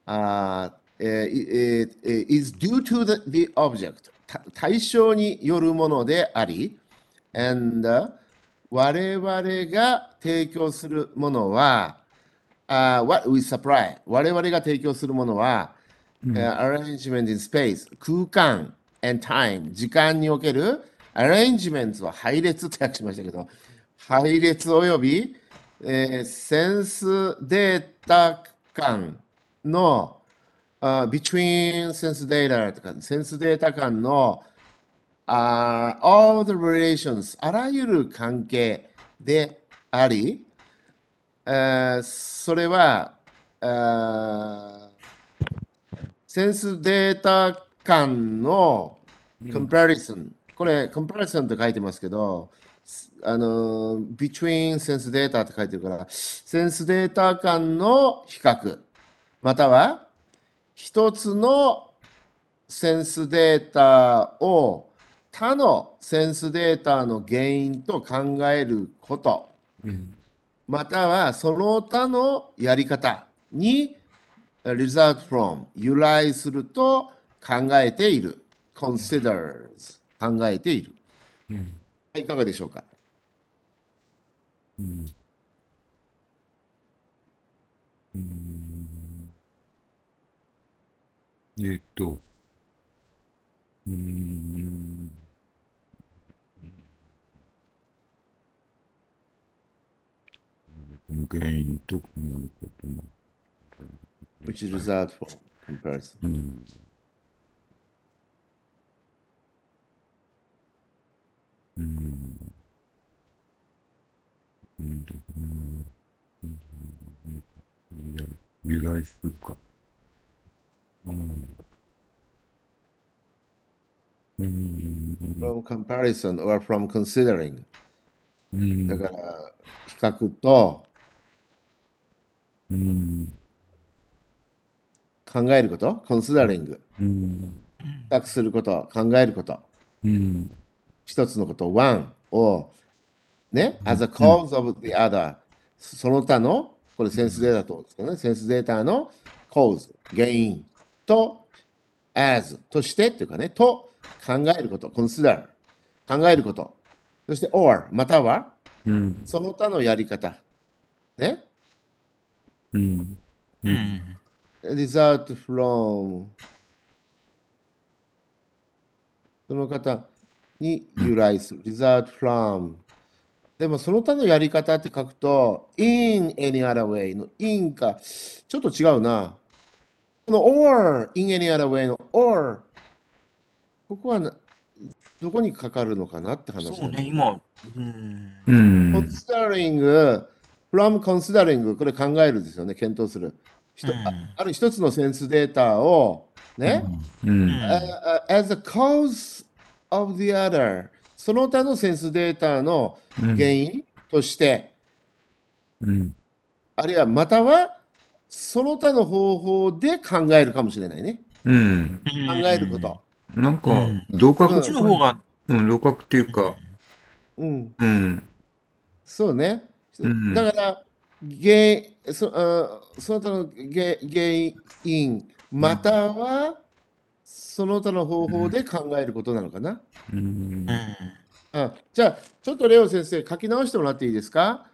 A: あーえーいえーえー is due to the, the object た対象によるものであり、and 我々が提供するものは、あー what we supply 我々が提供するものは、
B: うん
A: uh, arrangement in space 空間 and time 時間における arrangements は配列って訳しましたけど配列および、えーセンスデータ間のあ between sense data とかセンスデータ間のあー all the relations あらゆる関係であり、えーそれはあーセンスデータ間のコンパリソン。これ、コンパリソンと書いてますけど、すあのー、between センスデータって書いてるから、センスデータ間の比較、または、一つのセンスデータを他のセンスデータの原因と考えること、またはその他のやり方に result from 由来すると考えている considers 考えている、はい、いかがでしょうか
B: えっと、うーん。原因と考えことも。
A: which is result from comparison
B: うん。うん。うんと、うん。うん。いや、由来するか。うん。うん。
A: from comparison or from considering
B: うん。
A: だから比較と
B: うん。
A: 考えること considering
B: うん。
A: 比較すること考えること
B: うん。
A: 一つのこと one をね、as a cause of the other その他のこれセンスデータとですけどねセンスデータの cause 原因と as としてっていうかねと考えること consider 考えることそして or または
B: うん。
A: その他のやり方ね
B: うん。
E: うん。
A: result from その方に由来する result from でもその他のやり方って書くと in any other way の in かちょっと違うなこの or in any other way の or ここはなどこにかかるのかなって話
E: そう
A: だ
E: ね、今。うん。
B: うん。
A: considering from considering これ考えるですよね検討するひと、
E: うん
A: あある一つのセンスデータをね、
B: うん。
A: ああ as a cause of the other その他のセンスデータの原因として、
B: うん。
A: あるいはまたはその他の方法で考えるかもしれないね
B: うん。
A: 考えること、
B: なんか
E: うん、
B: 同
E: こ
B: 格
E: っちの方が、
B: うん、六角っていうか、
A: うん、
B: うん、
A: そうね、
B: うん
A: だから原そあその他の原原因またはその他の方法で考えることなのかな、
B: うん
E: うん。
A: あじゃあちょっとレオ先生書き直してもらっていいですか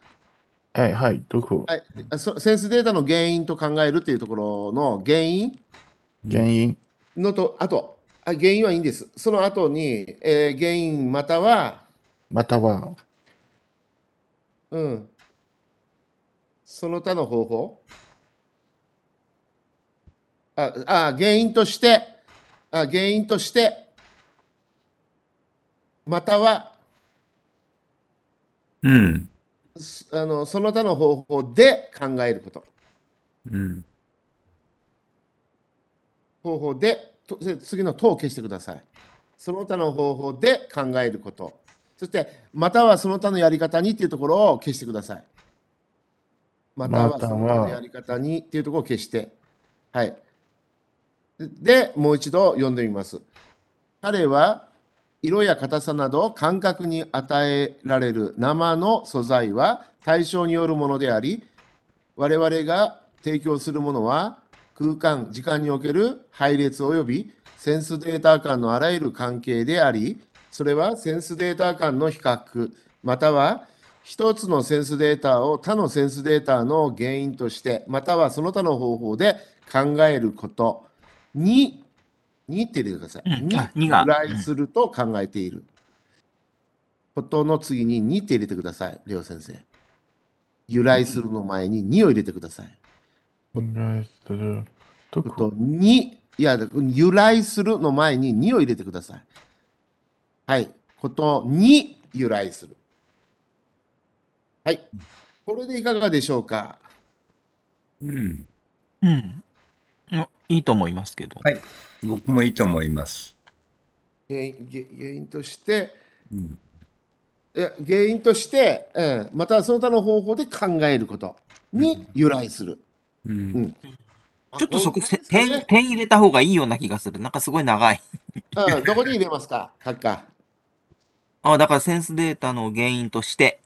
D: はい、はい、どこ
A: はい、あそセンスデータの原因と考えるっていうところの原因
D: 原因、
A: のと、あと、あ原因はいいんです。その後に、えー原因または、
D: または、
A: うん、その他の方法ああ、原因として、あ原因として、または、
B: うん、
A: すあのその他の方法で考えること。
B: うん、
A: 方法で、とで次の「と」を消してください。その他の方法で考えること。そして、またはその他のやり方にっていうところを消してください。または
D: また
A: そ
D: は
A: の他のやり方にっていうところを消して。はい。で、もう一度読んでみます。彼は色や硬さなど感覚に与えられる生の素材は対象によるものであり、我々が提供するものは空間、時間における配列及びセンスデータ間のあらゆる関係であり、それはセンスデータ間の比較、または一つのセンスデータを他のセンスデータの原因として、またはその他の方法で考えることに、にって入れてください。
E: うん
A: に
E: あにが
A: 由来すると考えている。ことの次ににって入れてください、レオ先生。由来するの前ににを入れてください。えっと、に、いや、由来するの前ににを入れてください。はい。ことに由来する。はい。これでいかがでしょうか
B: うん、
E: うん。うんいいと思いますけど。
B: 僕もいいと思います。
A: 原因原原因として、
B: うん
A: いや原因として、うん、またはその他の方法で考えることに由来する。
B: うん
E: ちょっとそこ、
A: あうい
E: せ
A: うことです
E: 点、
A: ね
E: 点入れた方がいいような気がする。なんかすごい長い。
A: うん、どこに入れますか、カッカ
E: あだからセンスデータの原因として。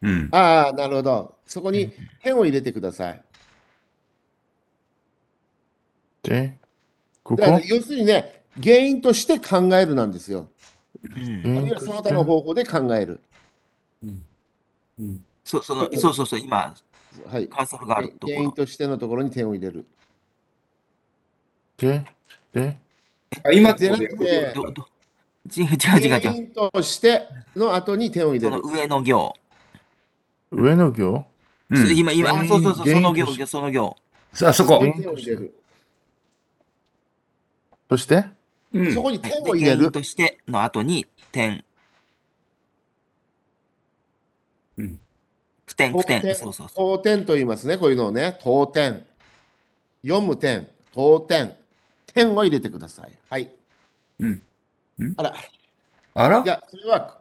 B: うん
A: ー。ああ、なるほど。そこに点を入れてください。
D: で、こ
A: だから
D: こ
A: 要するにね、原因として考えるなんですよ。
E: うん。
A: あるいはその他の方法で考える。
B: うん
E: そそのそうそうそう、今、
A: はい。
E: カーソルがあ
A: 原
E: るとこ
A: 因
E: ろ。
A: としてのところに点を入れる。
D: で、で、
H: あ今って
A: じゃ
H: こ
A: な
H: と
A: く
H: で
A: て、
E: どど違う違う違う違
A: 原
E: う。
A: 因としての後に点を入
E: そ
A: れ
E: の
A: る。
E: 上の行。
D: 上の行
B: うん
E: そう今、今、あそうそうそう、
D: 原
E: そ
D: 因
E: の行
D: 原因、
E: その行。
B: さあそこ。
A: 点を入れる。
D: そして、
B: うん
A: そこに
E: は
A: 点
E: い
A: を
E: で
A: 入れ
E: 原
A: る
E: 因。としての後に点。
B: うん
E: 不点、不点。
A: 点
E: そうそうそう。
A: 当点と言いますね、こういうのをね、当点。読む点、当点。点を入れてください。はい。
B: うんうん
A: あら、
B: あ
A: い
B: ら
A: や、それは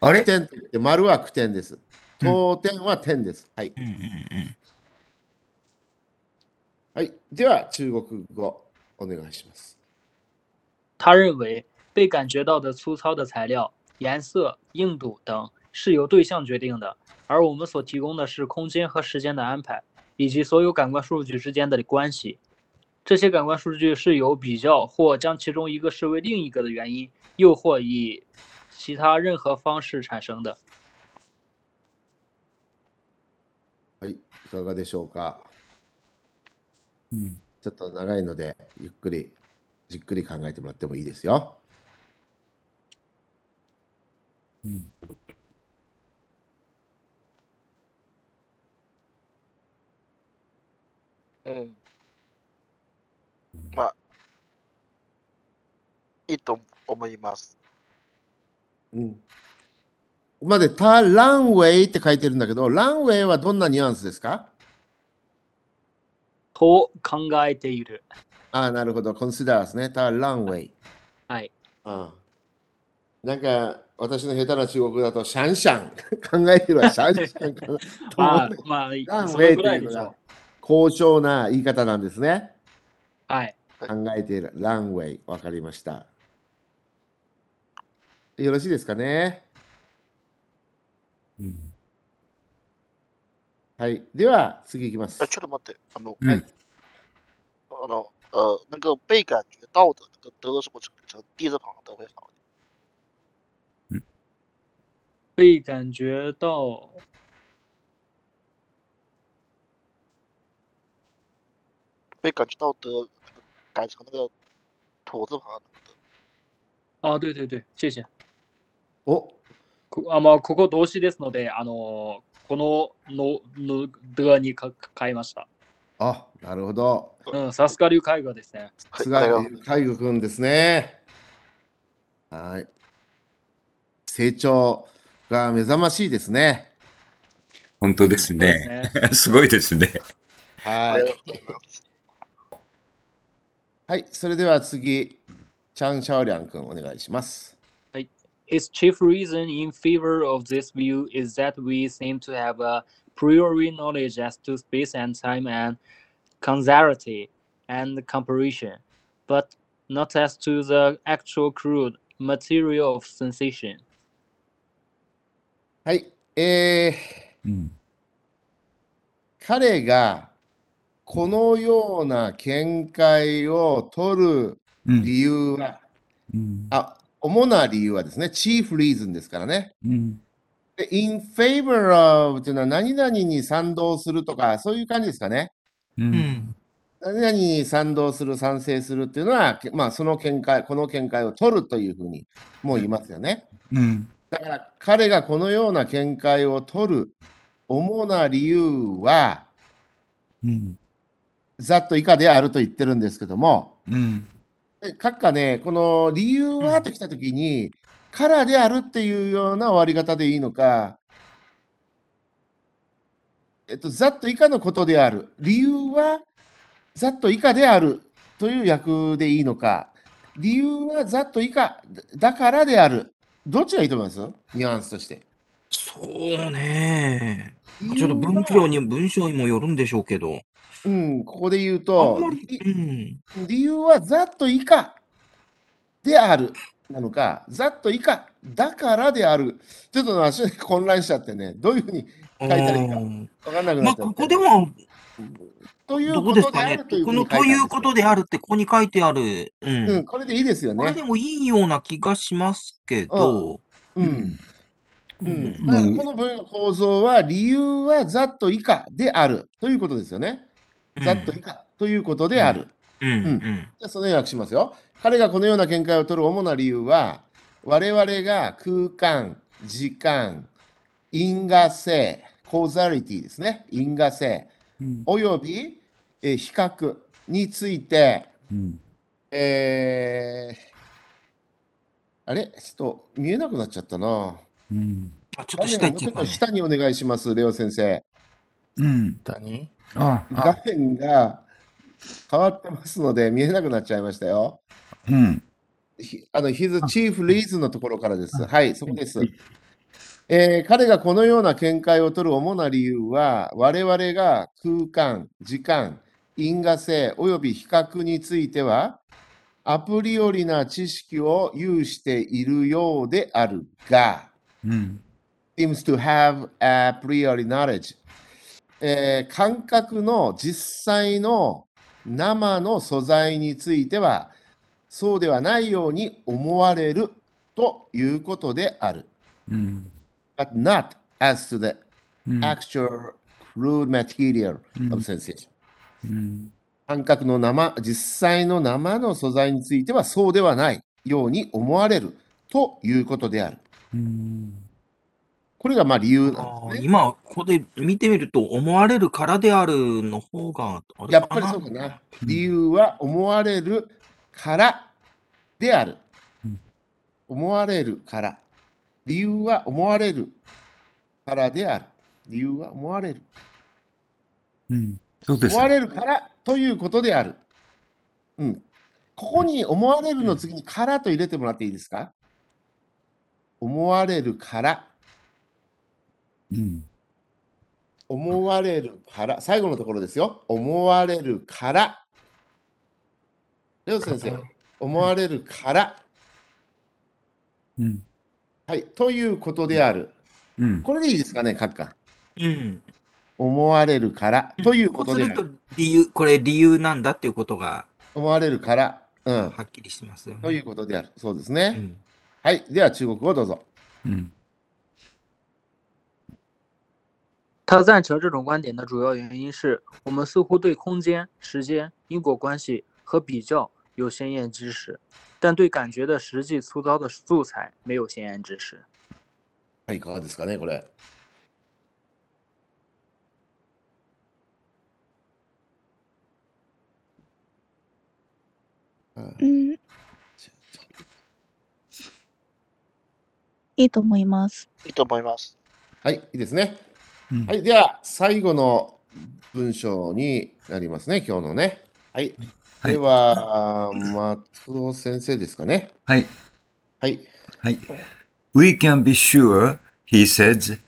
B: あ
A: 句
B: れ
A: 点と言って、丸は句点です。当点は点です。はい。
E: うんうんうん。
A: はい。では、中国語、お願いします。
C: 他认为，被感觉到的粗糙的材料、颜色、硬度等是由对象决定的，而我们所提供的是空间和时间的安排，以及所有感官数据之间的关系。这些感官数据是由比较或将其中一个视为另一个的原因，又或以其他任何方式产生的。
A: はい。いかがでしょうか。
B: うん
A: ちょっと長いので、ゆっくり、じっくり考えてもらってもいいですよ。
B: うん
F: うん。まあ、いいと思います。
A: うん。まで、た、ランウェイって書いてるんだけど、ランウェイはどんなニュアンスですか
C: と考えている。
A: ああ、なるほど。consider ですね。た、ランウェイ。
C: はい。
A: ああなんか、私の下手な中国語だと、シャンシ ャン。考えてるわ、シャンシャンかな。
C: ま
A: と思
C: あ
A: って
C: まあ
A: ラン、ウ
C: そ
A: ェイ
C: れ
A: と
C: ぐら
A: い
C: いうで
A: の
C: し
A: が
C: ょ
A: 高尚な言い方なんですね。
C: う。はい。
A: 考えている。ランウェイ。わかりました。よろしいですかね。
B: うん
A: はい。では、次いきます
F: あ。ちょっと待って、あの、
B: うん
F: あの、呃，那个被感觉到的那个的什么成成地字旁的会好一点。
C: 被感觉到
F: 被感觉到的那个改成那个土字旁的。
C: あ、哦对对对，谢谢。
A: お、
C: こあまあ、ここ動詞ですので、あのーこのののドアにか変えました。
A: あ、なるほど。
C: うん、さすが流絵画ですね。
A: 津
F: はい
A: 軽海軍君ですね。はい。成長が目覚ましいですね。
B: 本当です
C: そうです
B: ね。
C: ね。
B: すごいですね。
A: は
F: はい
A: い。はい、それでは次、チャン・シャオリャン君お願いします。
C: His chief reason in favor of this view is that we seem to have a priori knowledge as to space and time and causality and comparison, but not as to the actual crude material of sensation.
A: はい。え
B: うん
A: ー彼がこのような見解を取る
B: うん
A: 理由は、
B: うん
A: あ、主な理由はですね、chief reason ですからね。
B: うん
A: で in favor of というのは何々に賛同するとか、そういう感じですかね。
B: う
E: うんん。
A: 何々に賛同する、賛成するっていうのは、けまあ、その見解、この見解を取るというふうにもう言いますよね。
B: うん
A: だから彼がこのような見解を取る主な理由は、
B: うん
A: ざっと以下であると言ってるんですけども、
B: うん
A: で閣下ね、この理由はときたときに、からであるっていうような終わり方でいいのか、えっと、ざっと以下のことである、理由はざっと以下であるという訳でいいのか、理由はざっと以下だだからである、どっちがいいと思いますニュアンスとして。
E: そうね。ちょっと文章に、文章にもよるんでしょうけど。
A: うん、ここで言う
E: あん
A: と
E: ま、り、うん。
A: 理由はざっと以下であるなのか、ざっと以下だからである。ちょっと足混乱しちゃってね、どういうふうに書いたらいいか
E: うん
A: 分かんなく
E: ま
A: なっ
E: あ、
A: ちゃって。
E: ここでも、
A: という
E: どこ
A: こ
E: です
A: とで
E: か
A: あ
E: ね
A: るという。
E: この、ということであるって、ここに書いてある。う。
A: る。うんん、これでいいですよ
E: これ
A: ね
E: で。もいいような気がしますけど。
A: うん。うん
E: う
A: だから
B: うん
A: この文の構造は、理由はざっと以下であるということですよね。ざっと以下ということである。
E: うん。うん。
A: じゃあそのように訳しますよ。彼がこのような見解を取る主な理由は、我々が空間、時間、因果性、コーザリティですね、因果性、
B: うん
A: および、えー比較について、
B: うん
A: えーあれちょっと見えなくなっちゃったな。
B: うん
E: あちょっと下行っちゃっ
A: 画面をも
E: た
A: うちょっと
E: ね
A: 下にお願いします、レオ先生。
B: うん
D: 何
B: あ
A: 画
B: あ
A: 面が変わってますので、見えなくなっちゃいましたよ。
B: うん
A: ひあの、his chief reason のところからです。はい、そこです。えー彼がこのような見解を取る主な理由は、我々が空間、時間、因果性および比較については、アプリよりな知識を有しているようであるが、
B: うん
A: seems to have a priori knowledge、えー感覚の実際の生の素材についてはそうではないように思われるということである。
B: うん
A: But not as to the
B: うん
A: actual crude material
B: う
A: of
B: ん
A: sensation.
B: うん
A: 感覚の生、実際の生の素材についてはそうではないように思われるということである。
B: うん
A: これがまあ理由なん
E: あ
A: ですね。
E: ー今、ここで見てみると、思われるからであるの方が、あれ
A: やっぱりそうかな。理由は思われるからである
B: うん。
A: 思われるから。理由は思われるからである。理由は思われる。
B: うんそうです
A: 思われるからということである。うん。ここに思われるの次にからと入れてもらっていいですか思われるから。
B: うん
A: 思われるから。最後のところですよ。思われるから。レオ先生、思われるから。
B: うん
A: はい、ということである。
B: うん
A: これでいいですかね、閣下。
E: うん。
A: 思われるから。というこ
E: ことう
A: ですあ
E: ると
A: る。、
E: 理由、これ理由なんだっていうことが、
A: 思われるから。うん。
E: はっきりしてますよね。
A: ということである。そうです
E: う
A: ね。
E: ん。
A: はい。では、中国語どうぞ。
B: うん
C: 他赞成这种观点的主要原因是我们似乎对空间、时间、因果关系和比较有鲜艳知识，但对感觉的实际粗糙的素材没有鲜艳知识。
A: はい、いかがですかね、これ。
H: うん。いいと思います。
F: いいと思います。
A: はい、いいですね。
B: うん
A: はい、では、最後の文章になりますね、今日のね。はい。
B: はい
A: では、松尾先生ですかね。
B: はい
A: はい。
B: We can be sure, he says,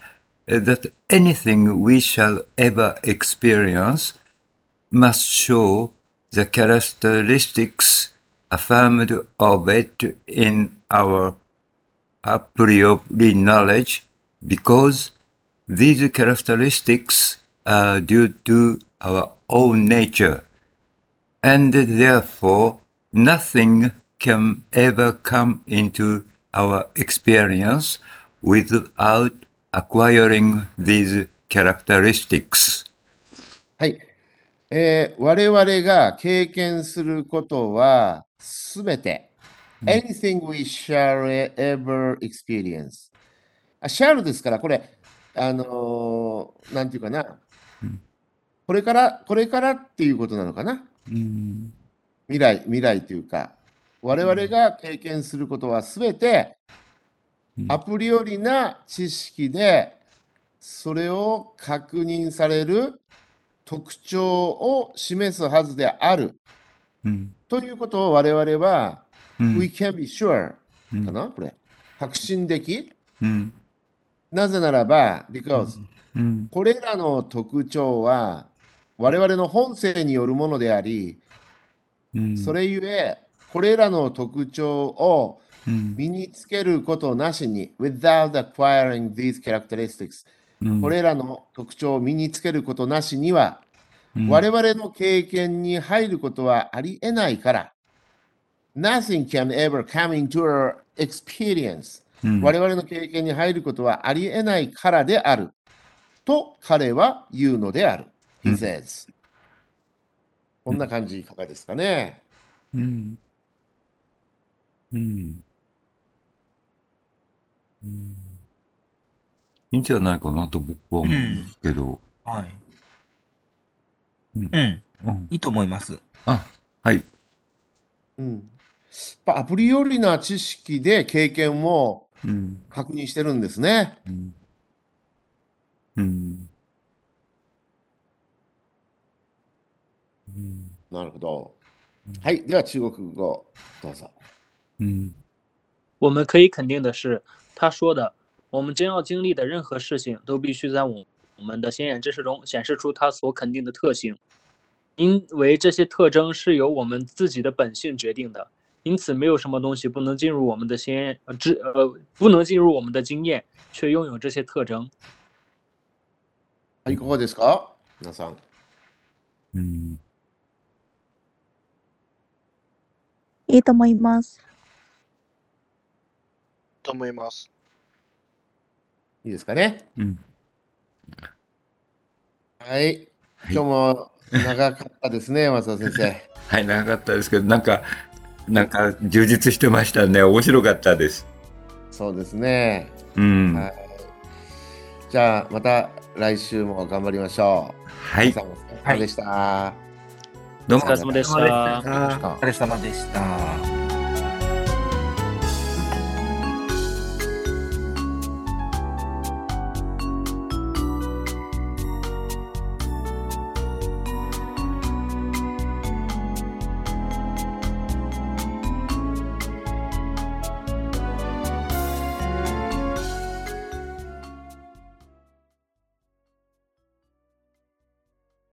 B: that anything we shall ever experience must show the characteristics affirmed of it in our a priori knowledge because these characteristics are due to our own nature, and therefore nothing can ever come into our experience without acquiring these characteristics.
A: はい。えー我々が経験することはすべて、anything we shall ever experience。あ、shall ですから、これ、あのーなんていうかな、これから、これからっていうことなのかな。未来、未来というか、我々が経験することはすべて、アプリよりな知識で、それを確認される特徴を示すはずであるということを我々は、We can be sure
B: うん
A: かな、これ。確信でき
B: うん
A: なぜならば、because、
B: うん
A: これらの特徴は我々の本性によるものであり、
B: うん
A: それゆえ、これらの特徴を
B: うん
A: 身につけることなしに、without acquiring these characteristics、
B: うん
A: これらの特徴を身につけることなしには、
B: うん
A: 我々の経験に入ることはありえないから、nothing can ever come into our experience、
B: うん
A: 我々の経験に入ることはありえないからである。と彼は言うのである。He says、こんな感じいかがですかね。
B: うんうんうんいいんじゃないかなと僕は思うんですけど。
E: はい。
B: うん
E: うん。
B: うん
E: いいと思います。
B: あ、はい。
A: うん。やっぱアプリよりな知識で経験を
B: うん
A: 確認してるんですね。
B: うんうんうん
A: なるほど。はい。では中国語、どうぞ。
B: うん
C: 我们可以肯定的是，他说的，我们将要经历的任何事情都必须在我我们的显眼知识中显示出它所肯定的特性，因为这些特征是由我们自己的本性决定的，因此没有什么东西不能进入我们的显眼呃知呃不能进入我们的经验，却拥有这些特征。
A: はい、いかがですか皆さん。
B: うん
H: いいと思います。
F: と思います。
A: いいですかね。
B: うん
A: はい。
B: はい
A: 今日も長かったですね、松田先 生。
B: はい、長かったですけど、なんか、なんか充実してましたね。面白かったです。
A: そうですね。
B: うん。
A: はいじゃあまた来週も頑張りましょう。
B: は
A: 皆
B: い
A: さ。んもお疲れ様でした。
B: どう
C: お疲れ
B: も。
C: 様でした。
E: お疲れ様でした。